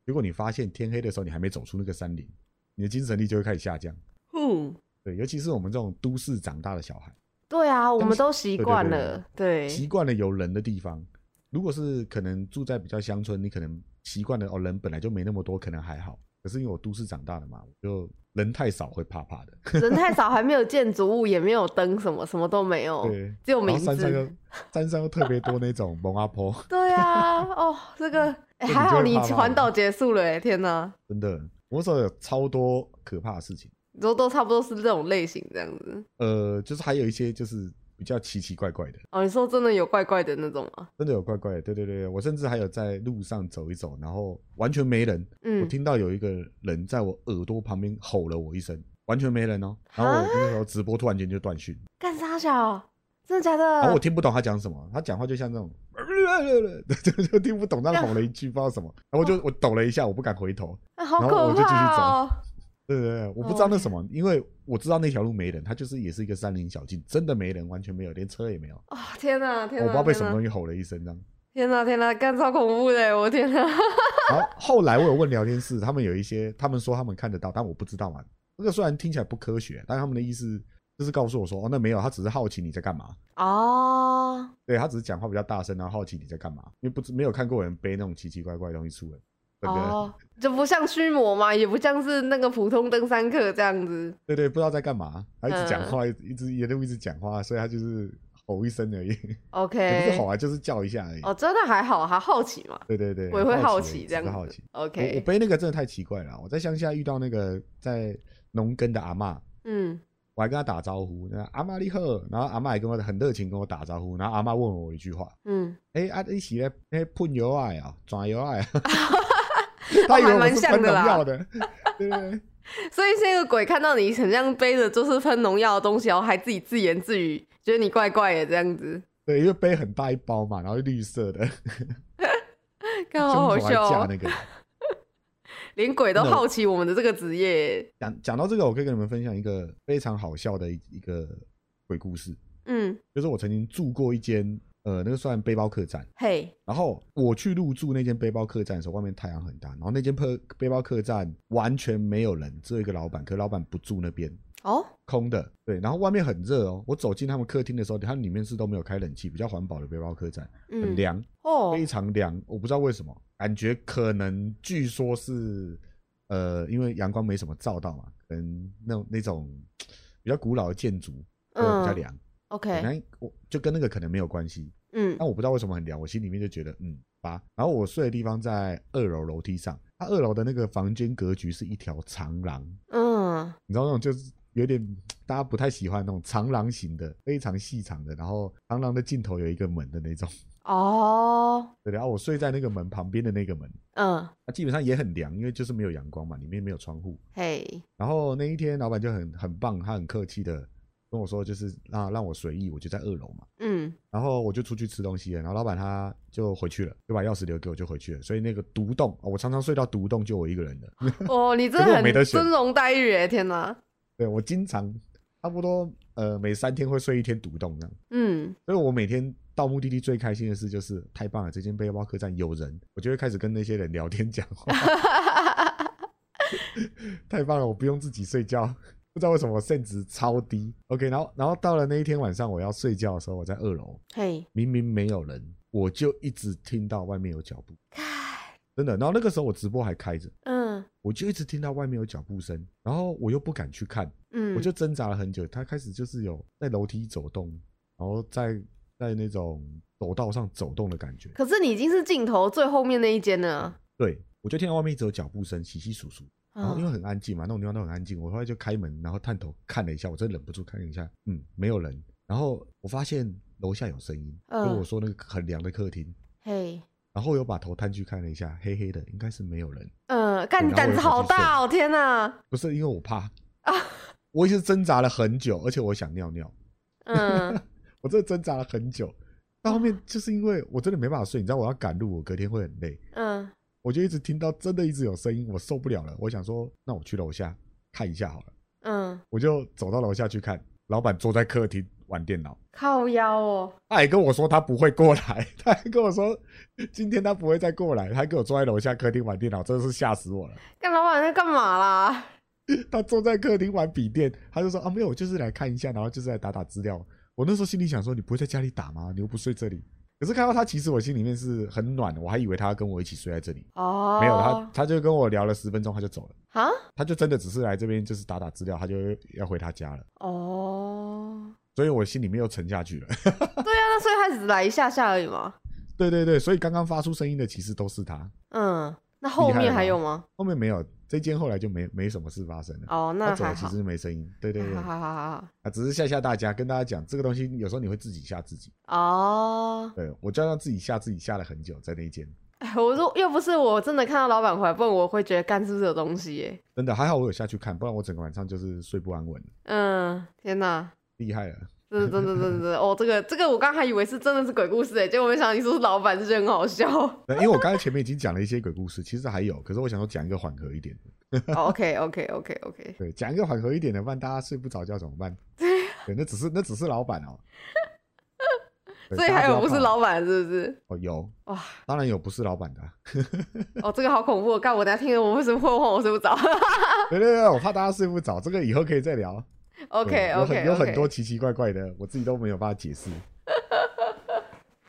[SPEAKER 2] 结果你发现天黑的时候，你还没走出那个山林，你的精神力就会开始下降。
[SPEAKER 1] 嗯，
[SPEAKER 2] 对，尤其是我们这种都市长大的小孩，
[SPEAKER 1] 对啊，我
[SPEAKER 2] 当
[SPEAKER 1] 们
[SPEAKER 2] 时
[SPEAKER 1] 都习
[SPEAKER 2] 对对
[SPEAKER 1] 惯
[SPEAKER 2] 对
[SPEAKER 1] 了，对，
[SPEAKER 2] 习惯了有人的地方。如果是可能住在比较乡村，你可能习惯了哦，人本来就没那么多，可能还好。可是因为我都市长大的嘛，我就人太少会怕怕的。
[SPEAKER 1] 人太少，还没有建筑物，也没有灯，什么什么都没有，
[SPEAKER 2] 对，
[SPEAKER 1] 只有
[SPEAKER 2] 然后
[SPEAKER 1] 名
[SPEAKER 2] 山上又
[SPEAKER 1] 字。
[SPEAKER 2] 山上又特别多那种蒙阿婆，
[SPEAKER 1] 对啊，哦，这个，哎
[SPEAKER 2] 所以
[SPEAKER 1] 还好你
[SPEAKER 2] 你 就会怕怕
[SPEAKER 1] 环
[SPEAKER 2] 的
[SPEAKER 1] 岛结束了，哎，天哪，
[SPEAKER 2] 真的。我那时候有超多可怕的事情，
[SPEAKER 1] 都都差不多是这种类型这样子。
[SPEAKER 2] 呃，就是还有一些就是比较奇奇怪怪的，
[SPEAKER 1] 哦，你说真的有怪怪的那种吗？
[SPEAKER 2] 真的有怪怪的。对对对，我甚至还有在路上走一走，然后完全没人，我
[SPEAKER 1] 嗯，
[SPEAKER 2] 听到有一个人在我耳朵旁边吼了我一声，完全没人哦。然后我那
[SPEAKER 1] 啊
[SPEAKER 2] 时候直播突然间就断讯，
[SPEAKER 1] 干啥小？真的假的？
[SPEAKER 2] 然后我听不懂他讲什么，他讲话就像那种 就，就就听不懂，他吼了一句不知道什么，然后我就我抖了一下，我不敢回头。
[SPEAKER 1] 啊好
[SPEAKER 2] 然后
[SPEAKER 1] 可
[SPEAKER 2] 我就继续
[SPEAKER 1] 怕哦！
[SPEAKER 2] 对对对，我不知道那什么，因为我知道那条路没人，它就是也是一个山林小径，真的没人，完全没有，连车也没有。
[SPEAKER 1] 哦，天哪，
[SPEAKER 2] 我
[SPEAKER 1] 天
[SPEAKER 2] 不
[SPEAKER 1] 哪，
[SPEAKER 2] 知道被
[SPEAKER 1] 天
[SPEAKER 2] 什么
[SPEAKER 1] 哪
[SPEAKER 2] 东西吼了一声这样。
[SPEAKER 1] 天哪，天哪，干超恐怖的，欸我天 哪！
[SPEAKER 2] 然后后来我有问聊天室，他们有一些，他们说他们看得到，但我不知道嘛。这个虽然听起来不科学，但他们的意思就是告诉我说，哦，那没有，他只是好奇你在干嘛。
[SPEAKER 1] 哦，
[SPEAKER 2] 对他只是讲话比较大声，然后好奇你在干嘛，因为不知没有看过有人背那种奇奇怪怪的东西出来，对不对？
[SPEAKER 1] 哦，就不像驱魔嘛，也不像是那个普通登山客这样子。
[SPEAKER 2] 对对，不知道在干嘛，他一直讲话，一直一路一直讲话，所以他就是吼一声而已，也不是
[SPEAKER 1] OK，
[SPEAKER 2] 吼啊，就是叫一下而已。
[SPEAKER 1] 哦，真的还好，还好奇嘛。
[SPEAKER 2] 对对对，
[SPEAKER 1] 我也会
[SPEAKER 2] 好
[SPEAKER 1] 好
[SPEAKER 2] 奇而已
[SPEAKER 1] 奇这样
[SPEAKER 2] 只
[SPEAKER 1] 子。
[SPEAKER 2] 是好奇。我我
[SPEAKER 1] OK，
[SPEAKER 2] 背那个真的太奇怪了啊，我在乡下遇到那个在农耕的阿嬷，
[SPEAKER 1] 嗯，
[SPEAKER 2] 我还跟她打招呼，那阿嬷你好，然后阿嬷也跟我很热情跟我打招呼，然后阿嬷问我一句话，
[SPEAKER 1] 嗯，
[SPEAKER 2] 哎、啊你是咧那喷油爱啊，转油爱啊， 他以
[SPEAKER 1] 哦
[SPEAKER 2] 为
[SPEAKER 1] 还
[SPEAKER 2] 我
[SPEAKER 1] 蛮
[SPEAKER 2] 是
[SPEAKER 1] 像
[SPEAKER 2] 喷农
[SPEAKER 1] 的啦
[SPEAKER 2] 药的，对对对。
[SPEAKER 1] 所以那个鬼看到你很像背着就是喷农药的东西，然后还自己自言自语，觉得你怪怪的这样子，
[SPEAKER 2] 对，因为背很大一包嘛，然后绿色的，
[SPEAKER 1] 看
[SPEAKER 2] 胸
[SPEAKER 1] 好
[SPEAKER 2] 口
[SPEAKER 1] 好
[SPEAKER 2] 还
[SPEAKER 1] 笑、
[SPEAKER 2] 架
[SPEAKER 1] 哦，
[SPEAKER 2] 那个。
[SPEAKER 1] 连鬼都
[SPEAKER 2] 那
[SPEAKER 1] 好奇我们的这个职业。
[SPEAKER 2] 讲讲到这个，我可以跟你们分享一个非常好笑的一一个鬼故事，
[SPEAKER 1] 嗯，
[SPEAKER 2] 就是我曾经住过一间呃，那个算背包客栈，
[SPEAKER 1] 嘿，
[SPEAKER 2] 然后我去入住那间背包客栈的时候，外面太阳很大，然后那间背背包客栈完全没有人，只有一个老板，可老板不住那边，
[SPEAKER 1] 哦，
[SPEAKER 2] 空的。对，然后外面很热哦，我走进他们客厅的时候，他们里面是都没有开冷气，比较环保的背包客栈，很
[SPEAKER 1] 嗯，
[SPEAKER 2] 凉，
[SPEAKER 1] 哦
[SPEAKER 2] 非，常凉，我不知道为什么，感觉可能据说是，呃，因为阳光没什么照到嘛，可能那种那种比较古老的建筑会比较
[SPEAKER 1] 嗯
[SPEAKER 2] 啊凉，可
[SPEAKER 1] ，OK，
[SPEAKER 2] 能哎我就跟那个可能没有关系，
[SPEAKER 1] 嗯
[SPEAKER 2] 但我不知道为什么很凉，我心里面就觉得嗯吧。然后我睡的地方在二楼楼梯上，它二楼的那个房间格局是一条长廊，
[SPEAKER 1] 嗯，
[SPEAKER 2] 你知道那种就是有点大家不太喜欢那种长廊型的，非常细长的，然后长廊的尽头有一个门的那种。
[SPEAKER 1] 哦，
[SPEAKER 2] 对，然后我睡在那个门旁边的那个门，
[SPEAKER 1] 嗯，
[SPEAKER 2] 那基本上也很凉，因为就是没有阳光嘛，里面没有窗户。
[SPEAKER 1] 嘿，
[SPEAKER 2] 然后那一天老板就很很棒，他很客气的跟我说，就是啊让我随意，我就在二楼嘛。
[SPEAKER 1] 嗯，
[SPEAKER 2] 然后我就出去吃东西了，然后老板他就回去了，就把钥匙留给我，就回去了。所以那个独栋，哦我常常睡到独栋，就我一个人的。
[SPEAKER 1] 哦，你真
[SPEAKER 2] 可是
[SPEAKER 1] 的
[SPEAKER 2] 我没得
[SPEAKER 1] 很
[SPEAKER 2] 选
[SPEAKER 1] 尊荣待遇耶，天哪，
[SPEAKER 2] 对我经常差不多呃每三天会睡一天独栋这样，
[SPEAKER 1] 嗯，
[SPEAKER 2] 所以我每天到目的地最开心的事就是太棒了，这间背包客栈有人，我就会开始跟那些人聊天讲话，太棒了，我不用自己睡觉。不知道为什么肾值超低，OK，然后然后到了那一天晚上我要睡觉的时候，我在二楼，
[SPEAKER 1] 嘿，
[SPEAKER 2] 明明没有人，我就一直听到外面有脚步，真的。然后那个时候我直播还开着，
[SPEAKER 1] 嗯
[SPEAKER 2] 我就一直听到外面有脚步声，然后我又不敢去看，
[SPEAKER 1] 嗯，
[SPEAKER 2] 我就挣扎了很久。他开始就是有在楼梯走动，然后在在那种走道上走动的感觉。
[SPEAKER 1] 可是你已经是镜头最后面那一间了啊。
[SPEAKER 2] 对，我就听到外面一直有脚步声，稀稀疏疏。然哦后因为
[SPEAKER 1] 嗯
[SPEAKER 2] 很安静嘛，那种地方都很安静。我后来就开门，然后探头看了一下，我真的忍不住看了一下，嗯，没有人。然后我发现楼下有声音，跟
[SPEAKER 1] 嗯
[SPEAKER 2] 我说那个很凉的客厅，
[SPEAKER 1] 嘿，
[SPEAKER 2] 然后我又把头探去看了一下，黑黑的，应该是没有人。
[SPEAKER 1] 嗯，干
[SPEAKER 2] 对
[SPEAKER 1] 你胆子
[SPEAKER 2] 然后我就跑
[SPEAKER 1] 好
[SPEAKER 2] 去
[SPEAKER 1] 大哦，天哪！
[SPEAKER 2] 不是因为我怕
[SPEAKER 1] 啊
[SPEAKER 2] 我一直挣扎了很久，而且我想尿尿，
[SPEAKER 1] 嗯
[SPEAKER 2] 我真的挣扎了很久。到后面就是因为我真的没办法睡，你知道我要赶路，我隔天会很累，
[SPEAKER 1] 嗯
[SPEAKER 2] 我就一直听到真的一直有声音，我受不了了。我想说，那我去楼下看一下好了，
[SPEAKER 1] 嗯，
[SPEAKER 2] 我就走到楼下去看，老板坐在客厅玩电脑。
[SPEAKER 1] 靠腰哦，
[SPEAKER 2] 他还跟我说他不会过来，他还跟我说今天他不会再过来，他还跟我坐在楼下客厅玩电脑，真的是吓死我了。
[SPEAKER 1] 干老板在干嘛啦？
[SPEAKER 2] 他坐在客厅玩笔电，他就说啊没有，我就是来看一下，然后就是来打打资料。我那时候心里想说，你不会在家里打吗？你又不睡这里。可是看到他，其实我心里面是很暖的，我还以为他要跟我一起睡在这里，
[SPEAKER 1] 哦，
[SPEAKER 2] 没有他，他就跟我聊了十分钟，他就走了，
[SPEAKER 1] 他啊，
[SPEAKER 2] 他就真的只是来这边就是打打资料，他就要回他家了。
[SPEAKER 1] 哦，
[SPEAKER 2] 所以我心里面又沉下去了。
[SPEAKER 1] 对啊，那所以他只来一下下而已嘛。
[SPEAKER 2] 对对对，所以刚刚发出声音的其实都是他。
[SPEAKER 1] 嗯，那后
[SPEAKER 2] 厉害
[SPEAKER 1] 面
[SPEAKER 2] 吧
[SPEAKER 1] 还有吗？
[SPEAKER 2] 后面没有，这间后来就没没什么事发生了。
[SPEAKER 1] 哦，
[SPEAKER 2] 他
[SPEAKER 1] 那
[SPEAKER 2] 走了
[SPEAKER 1] 还
[SPEAKER 2] 其
[SPEAKER 1] 好，
[SPEAKER 2] 实没声音，对对对
[SPEAKER 1] 好，好好好好。
[SPEAKER 2] 啊，只是吓吓大家，跟大家讲这个东西，有时候你会自己吓自己。
[SPEAKER 1] 哦，
[SPEAKER 2] 对我就让自己吓自己吓了很久，在那一间，
[SPEAKER 1] 哎， 我说又不是我真的看到老板回来问我，我会觉得干是不是有东西耶？
[SPEAKER 2] 真的还好我有下去看，不然我整个晚上就是睡不安稳，
[SPEAKER 1] 嗯，天哪，
[SPEAKER 2] 厉害了。
[SPEAKER 1] 真的真的真的真的，哦，这个这个我刚还以为是真的是鬼故事哎，结果没想到你说是老板，是很好笑。
[SPEAKER 2] 那因为我刚才前面已经讲了一些鬼故事，其实还有，可是我想说讲一个缓和一点的，
[SPEAKER 1] OK OK OK OK，
[SPEAKER 2] 对，讲一个缓和一点的，不然大家睡不着觉怎么办？对，那只是那只是老板哦。对
[SPEAKER 1] 所以还有不是
[SPEAKER 2] 大家要怕
[SPEAKER 1] 老板是不是？
[SPEAKER 2] 哦，有
[SPEAKER 1] 哇，
[SPEAKER 2] 当然有不是老板的啊、
[SPEAKER 1] 哦，这个好恐怖哦！干我等下听了我为什么会晃我睡不着
[SPEAKER 2] 对对对，我怕大家睡不着，这个以后可以再聊。啊
[SPEAKER 1] ？OK
[SPEAKER 2] 对有很
[SPEAKER 1] OK
[SPEAKER 2] 有很多奇奇怪怪的，我自己都没有办法解释，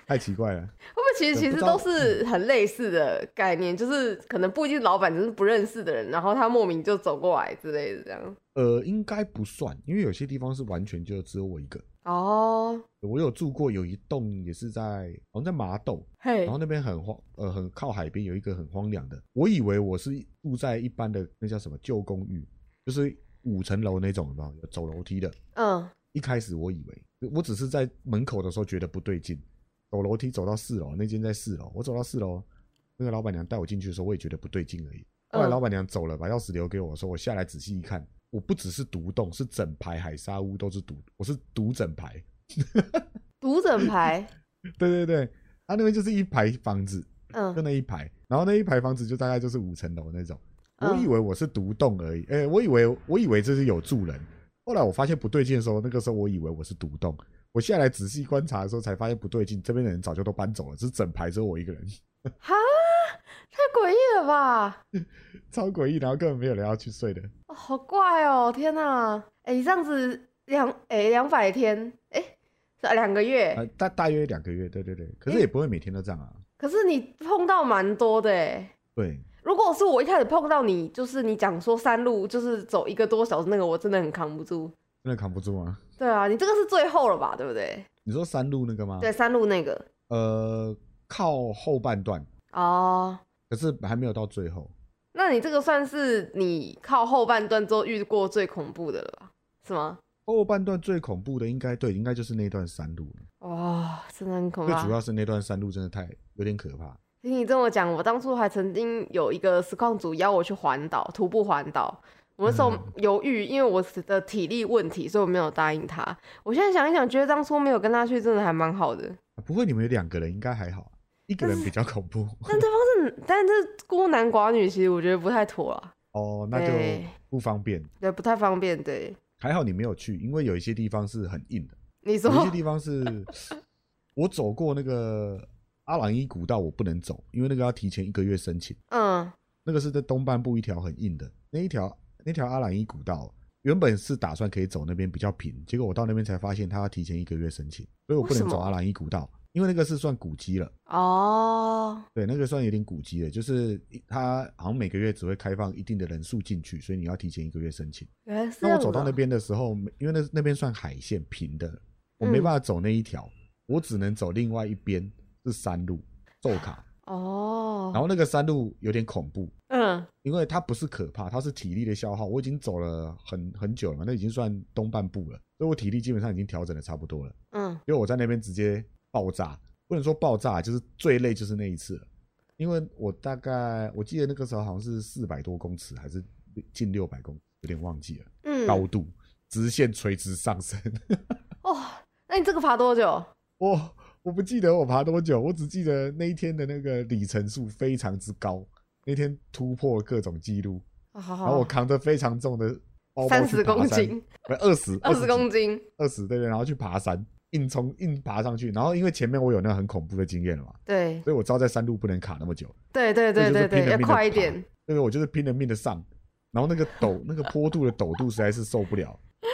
[SPEAKER 2] 太奇怪了。
[SPEAKER 1] 会不会其实
[SPEAKER 2] 对
[SPEAKER 1] 其
[SPEAKER 2] 不
[SPEAKER 1] 实
[SPEAKER 2] 知道嗯
[SPEAKER 1] 都是很类似的概念，就是可能不一定是老板，只是不认识的人，然后他莫名就走过来之类的这样。
[SPEAKER 2] 呃，应该不算，因为有些地方是完全就只有我一个。
[SPEAKER 1] 哦，
[SPEAKER 2] 我有住过有一栋也是在好像在麻豆，
[SPEAKER 1] 嘿
[SPEAKER 2] 然后，那边很荒呃很靠海边有一个很荒凉的，我以为我是住在一般的那叫什么旧公寓，就是五层楼那种，有没有有走楼梯的？
[SPEAKER 1] 嗯，
[SPEAKER 2] 一开始我以为，我只是在门口的时候觉得不对劲，走楼梯走到四楼，那间在四楼，我走到四楼，那个老板娘带我进去的时候，我也觉得不对劲而已。后
[SPEAKER 1] 嗯
[SPEAKER 2] 来老板娘走了，把钥匙留给我说，我下来仔细一看，我不只是独栋，是整排海沙屋都是独，我是独整排。
[SPEAKER 1] 独整排，
[SPEAKER 2] 对对对，他、那边就是一排房子，就
[SPEAKER 1] 嗯，
[SPEAKER 2] 那一排，然后那一排房子就大概就是五层楼那种。我
[SPEAKER 1] 嗯
[SPEAKER 2] 以为我是独栋而已，哎、我以为我以为这是有住人，后来我发现不对劲的时候，那个时候我以为我是独栋，我下来仔细观察的时候才发现不对劲，这边的人早就都搬走了，是整排只有我一个人，
[SPEAKER 1] 哈，太诡异了吧！
[SPEAKER 2] 超诡异，然后根本没有人要去睡的。
[SPEAKER 1] 哦，好怪哦，天哪！哎，你这样子两哎两百天，哎，是两个月，
[SPEAKER 2] 呃，大大约两个月，对对对，可是
[SPEAKER 1] 诶
[SPEAKER 2] 也不会每天都这样啊。
[SPEAKER 1] 可是你碰到蛮多的哎。
[SPEAKER 2] 对，
[SPEAKER 1] 如果是我一开始碰到你，就是你讲说山路就是走一个多小时那个，我真的很扛不住。
[SPEAKER 2] 真的扛不住吗？
[SPEAKER 1] 对啊，你这个是最后了吧，对不对？
[SPEAKER 2] 你说山路那个吗？
[SPEAKER 1] 对，，山路那个
[SPEAKER 2] 呃，靠后半段，
[SPEAKER 1] 哦，
[SPEAKER 2] 可是还没有到最后。
[SPEAKER 1] 那你这个算是你靠后半段之后遇过最恐怖的了吧？是吗？
[SPEAKER 2] 后半段最恐怖的应该对，应该就是那段山路了。
[SPEAKER 1] 哇、真的很恐怖
[SPEAKER 2] 最
[SPEAKER 1] 啊。
[SPEAKER 2] 主要是那段山路真的太有点可怕。啊
[SPEAKER 1] 听你这么讲，我当初还曾经有一个实况组邀我去环岛徒步环岛，我那时候
[SPEAKER 2] 嗯
[SPEAKER 1] 犹豫，因为我的体力问题，所以我没有答应他。我现在想一想，觉得当初没有跟他去，真的还蛮好 的。
[SPEAKER 2] 啊不会，你们有两个人应该还好，啊一个人比较恐怖。
[SPEAKER 1] 但对方是，但是孤男寡女，其实我觉得不太妥啦，
[SPEAKER 2] 哦，那就
[SPEAKER 1] 对
[SPEAKER 2] 不方便。
[SPEAKER 1] 对，不太方便。对，
[SPEAKER 2] 还好你没有去，因为有一些地方是很硬的，
[SPEAKER 1] 你说
[SPEAKER 2] 有一些地方是我走过那个阿朗伊古道，我不能走，因为那个要提前一个月申请。
[SPEAKER 1] 嗯，
[SPEAKER 2] 那个是在东半部一条很硬的那一条那条阿朗伊古道，原本是打算可以走那边比较平，结果我到那边才发现他要提前一个月申请，所以我不
[SPEAKER 1] 为什
[SPEAKER 2] 能
[SPEAKER 1] 么
[SPEAKER 2] 走阿朗伊古道，因为那个是算古迹了。
[SPEAKER 1] 哦，
[SPEAKER 2] 对，那个算有点古迹了，就是它好像每个月只会开放一定的人数进去，所以你要提前一个月申请。
[SPEAKER 1] 原来是这
[SPEAKER 2] 那我
[SPEAKER 1] 样子
[SPEAKER 2] 走
[SPEAKER 1] 哦、
[SPEAKER 2] 到那边的时候，因为那那边算海线平的，我没
[SPEAKER 1] 嗯
[SPEAKER 2] 办法走那一条，我只能走另外一边是山路，寿卡。
[SPEAKER 1] 哦，
[SPEAKER 2] 然后那个山路有点恐怖，
[SPEAKER 1] 嗯
[SPEAKER 2] 因为它不是可怕，它是体力的消耗。我已经走了很很久了嘛，那已经算东半部了，所以我体力基本上已经调整的差不多了。
[SPEAKER 1] 嗯，
[SPEAKER 2] 因为我在那边直接爆炸，不能说爆炸，就是最累就是那一次了。因为我大概我记得那个时候好像是四百多公尺，还是近六百公尺，有点忘记了。
[SPEAKER 1] 嗯
[SPEAKER 2] 高度直线垂直上升，
[SPEAKER 1] 哦，那你这个爬多久？啊
[SPEAKER 2] 我我不记得我爬多久，我只记得那一天的那个里程数非常之高，那天突破各种记录，
[SPEAKER 1] 哦、好
[SPEAKER 2] 然后
[SPEAKER 1] 好
[SPEAKER 2] 我，扛着非常重的包包
[SPEAKER 1] 三
[SPEAKER 2] 去
[SPEAKER 1] 十
[SPEAKER 2] 爬
[SPEAKER 1] 公
[SPEAKER 2] 山，
[SPEAKER 1] 斤，
[SPEAKER 2] 不二十
[SPEAKER 1] 二十公斤，
[SPEAKER 2] 二十对对，然后去爬山，硬冲硬爬上去，然后因为前面我有那个很恐怖的经验了嘛，
[SPEAKER 1] 对
[SPEAKER 2] 所以我知道在山路不能卡那么久，
[SPEAKER 1] 对对对
[SPEAKER 2] 所
[SPEAKER 1] 对
[SPEAKER 2] 以就是拼
[SPEAKER 1] 对，
[SPEAKER 2] 了
[SPEAKER 1] 要
[SPEAKER 2] 命地
[SPEAKER 1] 快一
[SPEAKER 2] 爬
[SPEAKER 1] 点。
[SPEAKER 2] 因为我就是拼了命的上，然后那个陡那个坡度的陡度实在是受不了，
[SPEAKER 1] 天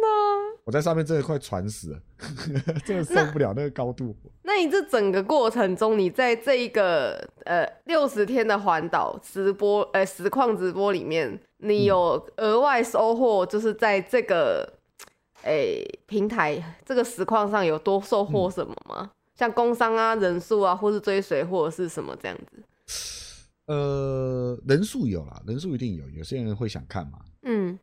[SPEAKER 1] 哪，
[SPEAKER 2] 我在上面真的快喘死了， 真的受不了那个高度。
[SPEAKER 1] 那你这整个过程中，你在这一个呃六十天的环岛直播呃实况直播里面，你有
[SPEAKER 2] 嗯
[SPEAKER 1] 额外收获，就是在这个诶、平台这个实况上有多收获
[SPEAKER 2] 嗯
[SPEAKER 1] 什么吗？像工伤啊、人数啊，或是追随，或者是什么这样子？
[SPEAKER 2] 呃，人数有啦，人数一定有，有些人会想看嘛，
[SPEAKER 1] 嗯，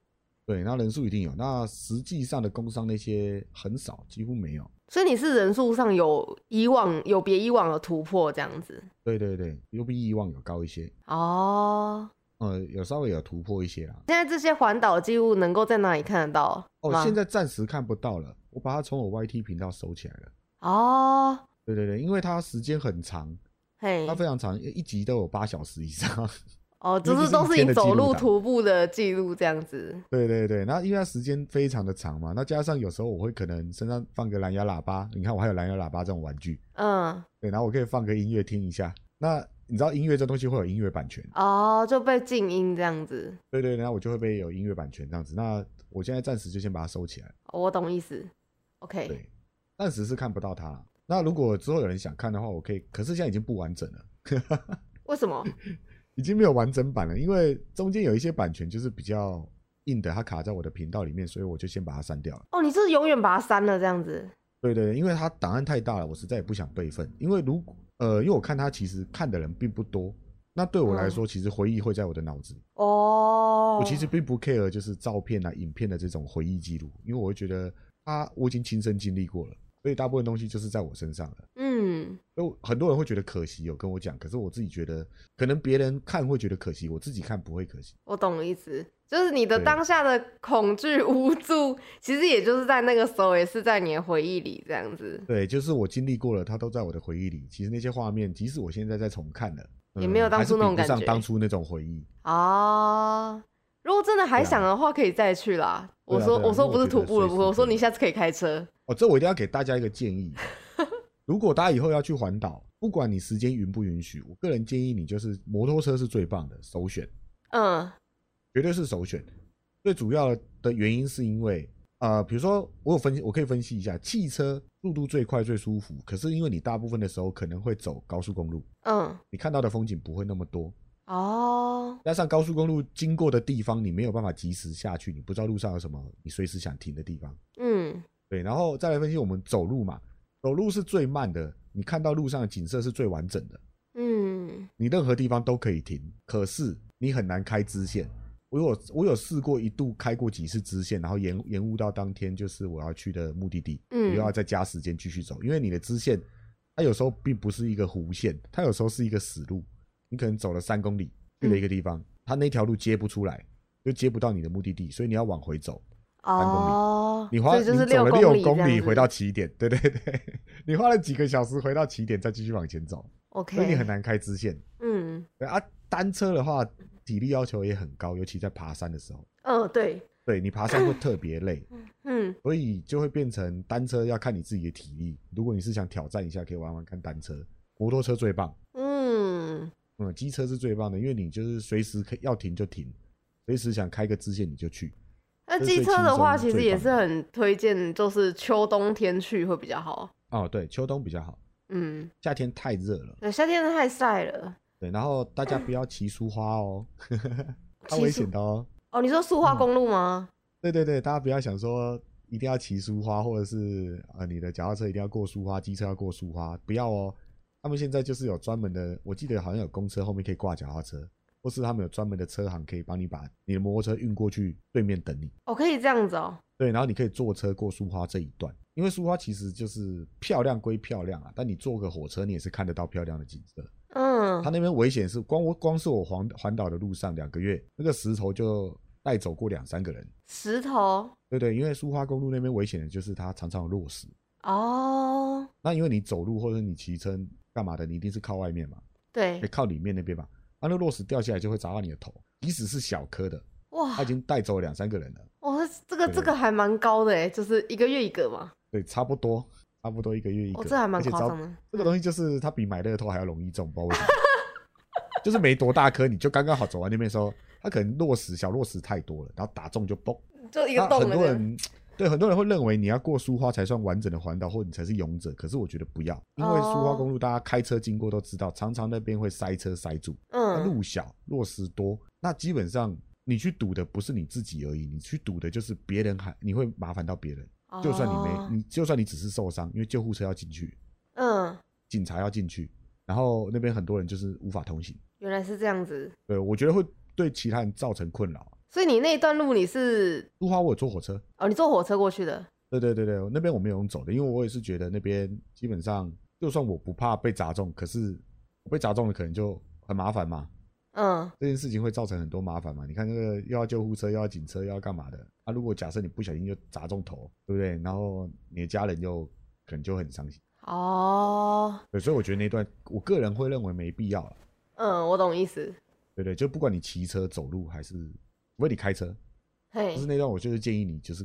[SPEAKER 2] 对，那人数一定有。那实际上的工商那些很少，几乎没有。
[SPEAKER 1] 所以你是人数上有以往有别以往的突破这样子
[SPEAKER 2] 对对对，又比以往有高一些，
[SPEAKER 1] 哦。
[SPEAKER 2] 呃，有稍微有突破一些啦。
[SPEAKER 1] 现在这些环岛记录能够在哪里看得到
[SPEAKER 2] 哦，
[SPEAKER 1] 吗
[SPEAKER 2] 现在暂时看不到了，我把它从我 YT 频道收起来了。
[SPEAKER 1] 哦，
[SPEAKER 2] 对对对，因为它时间很长，
[SPEAKER 1] 嘿
[SPEAKER 2] 它，非常长，一集都有八小时以上。
[SPEAKER 1] 哦，就
[SPEAKER 2] 因为
[SPEAKER 1] 是
[SPEAKER 2] 这是
[SPEAKER 1] 都
[SPEAKER 2] 一
[SPEAKER 1] 是
[SPEAKER 2] 天
[SPEAKER 1] 你
[SPEAKER 2] 的
[SPEAKER 1] 走
[SPEAKER 2] 记录
[SPEAKER 1] 路
[SPEAKER 2] 档
[SPEAKER 1] 徒步的记录这样子，
[SPEAKER 2] 对对对，那因为它时间非常的长嘛，那加上有时候我会可能身上放个蓝牙喇叭，你看我还有蓝牙喇叭这种玩具，
[SPEAKER 1] 嗯，
[SPEAKER 2] 对，然后我可以放个音乐听一下。那你知道音乐这东西会有音乐版权，
[SPEAKER 1] 哦，就被静音这样子，
[SPEAKER 2] 对对，然后我就会被有音乐版权这样子。那我现在暂时就先把它收起来，
[SPEAKER 1] 哦我懂意思，OK，
[SPEAKER 2] 对，暂时是看不到它啦。那如果之后有人想看的话，我可以，可是现在已经不完整了，
[SPEAKER 1] 为什么？
[SPEAKER 2] 已经没有完整版了，因为中间有一些版权就是比较硬的，它卡在我的频道里面，所以我就先把它删掉了。
[SPEAKER 1] 哦，你是永远把它删了这样子，
[SPEAKER 2] 对对，对因为它档案太大了，我实在也不想备份。因为如果呃，因为我看它其实看的人并不多，那对我来说，其实回忆会在我的脑子里。
[SPEAKER 1] 哦，
[SPEAKER 2] 我其实并不 care 就是照片啊、影片的这种回忆记录，因为我会觉得它我已经亲身经历过了，所以大部分东西就是在我身上了。
[SPEAKER 1] 嗯，
[SPEAKER 2] 所以很多人会觉得可惜，有跟我讲，可是我自己觉得，可能别人看会觉得可惜，我自己看不会可惜。
[SPEAKER 1] 我懂意思，就是你的
[SPEAKER 2] 对
[SPEAKER 1] 当下的恐惧无助，其实也就是在那个时候，也是在你的回忆里这样子，
[SPEAKER 2] 对，就是我经历过了，它都在我的回忆里。其实那些画面，即使我现在在重看了，嗯
[SPEAKER 1] 也没有当初那种
[SPEAKER 2] 还是比不上
[SPEAKER 1] 感觉
[SPEAKER 2] 当初那种回忆。
[SPEAKER 1] 哦，如果真的还
[SPEAKER 2] 对啊
[SPEAKER 1] 想的话，可以再去啦。我
[SPEAKER 2] 对啊
[SPEAKER 1] 说、
[SPEAKER 2] 对啊
[SPEAKER 1] 我说
[SPEAKER 2] 因为
[SPEAKER 1] 不是
[SPEAKER 2] 我觉
[SPEAKER 1] 徒
[SPEAKER 2] 得
[SPEAKER 1] 步的
[SPEAKER 2] 随
[SPEAKER 1] 部
[SPEAKER 2] 时
[SPEAKER 1] 分，我说
[SPEAKER 2] 可以
[SPEAKER 1] 你下次可以开车。
[SPEAKER 2] 哦，这我一定要给大家一个建 议。如果大家以后要去环岛，不管你时间允不允许，我个人建议你就是摩托车是最棒的首选，
[SPEAKER 1] 嗯
[SPEAKER 2] 绝对是首选。最主要的原因是因为，呃，比如说我有分析，我可以分析一下，汽车速度最快最舒服，可是因为你大部分的时候可能会走高速公路，
[SPEAKER 1] 嗯，
[SPEAKER 2] 你看到的风景不会那么多，
[SPEAKER 1] 哦，
[SPEAKER 2] 加上高速公路经过的地方你没有办法及时下去，你不知道路上有什么你随时想停的地方。
[SPEAKER 1] 嗯，
[SPEAKER 2] 对，然后再来分析我们走路嘛，走路是最慢的，你看到路上的景色是最完整的，
[SPEAKER 1] 嗯，
[SPEAKER 2] 你任何地方都可以停，可是你很难开支线。我有我有试过一度开过几次支线，然后延延误到当天就是我要去的目的地，
[SPEAKER 1] 嗯
[SPEAKER 2] 我又要再加时间继续走，因为你的支线它有时候并不是一个弧线，它有时候是一个死路，你可能走了三公里去了一个地方，它那条路接不出来，就接不到你的目的地，所以你要往回走。公里
[SPEAKER 1] 哦，
[SPEAKER 2] 你花
[SPEAKER 1] 所以就是
[SPEAKER 2] 你走了
[SPEAKER 1] 公
[SPEAKER 2] 六
[SPEAKER 1] 里这
[SPEAKER 2] 公
[SPEAKER 1] 样
[SPEAKER 2] 里
[SPEAKER 1] 子
[SPEAKER 2] 回到起点，对对对， 你花了几个小时回到起点，再继续往前走，所以你
[SPEAKER 1] OK，
[SPEAKER 2] 很难开支线。
[SPEAKER 1] 嗯
[SPEAKER 2] 对啊，单车的话，体力要求也很高，尤其在爬山的时候，
[SPEAKER 1] 嗯，对，
[SPEAKER 2] 对你爬山会特别累，
[SPEAKER 1] 嗯
[SPEAKER 2] 所以就会变成单车要看你自己的体力。如果你是想挑战一下，可以玩玩看单车，摩托车最棒，
[SPEAKER 1] 嗯，
[SPEAKER 2] 嗯，机车是最棒的，因为你就是随时可以要停就停，随时想开个支线你就去。
[SPEAKER 1] 那
[SPEAKER 2] 这是
[SPEAKER 1] 机
[SPEAKER 2] 最
[SPEAKER 1] 车
[SPEAKER 2] 轻
[SPEAKER 1] 的话，
[SPEAKER 2] 松
[SPEAKER 1] 其实
[SPEAKER 2] 最
[SPEAKER 1] 也
[SPEAKER 2] 棒
[SPEAKER 1] 是
[SPEAKER 2] 的
[SPEAKER 1] 很推荐，就是秋冬天去会比较好。
[SPEAKER 2] 哦，对，秋冬比较好，
[SPEAKER 1] 嗯，
[SPEAKER 2] 夏天太热了。
[SPEAKER 1] 对，夏天太晒了。
[SPEAKER 2] 对，然后大家不要骑苏花哦， 它
[SPEAKER 1] 骑
[SPEAKER 2] 危
[SPEAKER 1] 苏
[SPEAKER 2] 险的哦。
[SPEAKER 1] 哦，你说塑化公路吗？
[SPEAKER 2] 对对对，大家不要想说一定要骑苏花，或者是呃你的脚踏车一定要过苏花，机车要过苏花，不要哦。他们现在就是有专门的，我记得好像有公车后面可以挂脚踏车，或是他们有专门的车行可以帮你把你的摩托车运过去对面等你。
[SPEAKER 1] 哦，可以这样子哦。
[SPEAKER 2] 对，然后你可以坐车过苏花这一段，因为苏花其实就是漂亮归漂亮啊，但你坐个火车你也是看得到漂亮的景色。
[SPEAKER 1] 嗯
[SPEAKER 2] 他，那边危险是光我光是我环环岛的路上两个月，那个石头就带走过两三个人，
[SPEAKER 1] 石头
[SPEAKER 2] 对对，因为苏花公路那边危险的就是它常常有落石，
[SPEAKER 1] 哦，
[SPEAKER 2] 那因为你走路或者你骑车干嘛的，你一定是靠外面嘛，
[SPEAKER 1] 对
[SPEAKER 2] 也，靠里面那边嘛，啊，那落石掉下来就会砸到你的头，即使是小颗的，
[SPEAKER 1] 哇
[SPEAKER 2] 它已，经带走两三个人了，
[SPEAKER 1] 哇，这个
[SPEAKER 2] 对
[SPEAKER 1] 这个还蛮高的哎，就是一个月一个嘛，
[SPEAKER 2] 对，差不多差不多一个月一个，
[SPEAKER 1] 哦，这还蛮
[SPEAKER 2] 而且
[SPEAKER 1] 夸
[SPEAKER 2] 只要
[SPEAKER 1] 张的。
[SPEAKER 2] 这个东西就是它比买乐透还要容易中，不知道为什么， 就是没多大颗，你就刚刚好走完那边的时候，它可能落石小落石太多了，然后打中就嘣。
[SPEAKER 1] 就一个
[SPEAKER 2] 那
[SPEAKER 1] 洞
[SPEAKER 2] 很
[SPEAKER 1] 的
[SPEAKER 2] 多
[SPEAKER 1] 这样。
[SPEAKER 2] 人对很多人会认为你要过苏花才算完整的环岛，或你才是勇者。可是我觉得不要，因为苏
[SPEAKER 1] 哦
[SPEAKER 2] 花公路大家开车经过都知道，常常那边会塞车塞住，那
[SPEAKER 1] 嗯，
[SPEAKER 2] 路小落石多，那基本上你去赌的不是你自己而已，你去赌的就是别人还你会麻烦到别人。就算你
[SPEAKER 1] 哦
[SPEAKER 2] 没，你就算你只是受伤，因为救护车要进去，
[SPEAKER 1] 嗯，
[SPEAKER 2] 警察要进去，然然后那边很多人就是无法通行。
[SPEAKER 1] 原来是这样子。
[SPEAKER 2] 对，我觉得会对其他人造成困扰。
[SPEAKER 1] 所以你那一段路你是
[SPEAKER 2] 路花我有坐火车，
[SPEAKER 1] 哦，你坐火车过去的，
[SPEAKER 2] 对对对对，那边我没有用走的，因为我也是觉得那边基本上，就算我不怕被砸中，可是我被砸中了可能就很麻烦嘛，
[SPEAKER 1] 嗯，
[SPEAKER 2] 这件事情会造成很多麻烦嘛。你看那个又要救护车，又要警车，又要干嘛的啊？如果假设你不小心就砸中头，对不对？然后你的家人又可能就很伤心。
[SPEAKER 1] 哦，
[SPEAKER 2] 对，所以我觉得那段，我个人会认为没必要了。
[SPEAKER 1] 嗯，我懂意思。
[SPEAKER 2] 对对，就不管你骑车、走路还是，除非你开车，
[SPEAKER 1] 嘿
[SPEAKER 2] 就是，那段我就是建议你，就是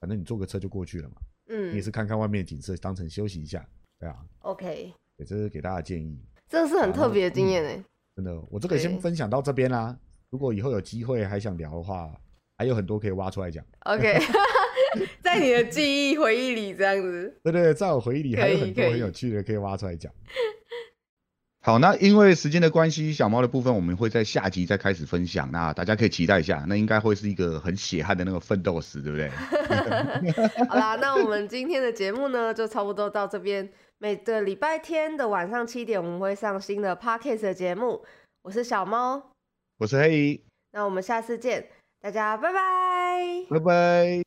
[SPEAKER 2] 反正你坐个车就过去了嘛，你
[SPEAKER 1] 嗯
[SPEAKER 2] 也是看看外面的景色，当成休息一下。对啊，
[SPEAKER 1] ，OK，
[SPEAKER 2] 对，这是给大家的建议。
[SPEAKER 1] 这是很特别
[SPEAKER 2] 嗯
[SPEAKER 1] 的经验欸诶、
[SPEAKER 2] 真的，我这个先
[SPEAKER 1] 对
[SPEAKER 2] 分享到这边啦。如果以后有机会还想聊的话，还有很多可以挖出来讲。
[SPEAKER 1] OK，在你的记忆回忆里这样子，
[SPEAKER 2] 对对对，在我回忆里
[SPEAKER 1] 可以
[SPEAKER 2] 还有很多
[SPEAKER 1] 可以
[SPEAKER 2] 很有趣的可以挖出来讲。
[SPEAKER 3] 好，那因为时间的关系，小猫的部分我们会在下集再开始分享，那大家可以期待一下，那应该会是一个很血汗的那个奋斗史，对不对？
[SPEAKER 1] 好啦，那我们今天的节目呢，就差不多到这边。每个礼拜天的晚上七点，我们会上新的 Podcast 的节目。我是小猫，
[SPEAKER 3] 我是黑姨，
[SPEAKER 1] 那我们下次见，大家拜拜。
[SPEAKER 3] 拜拜。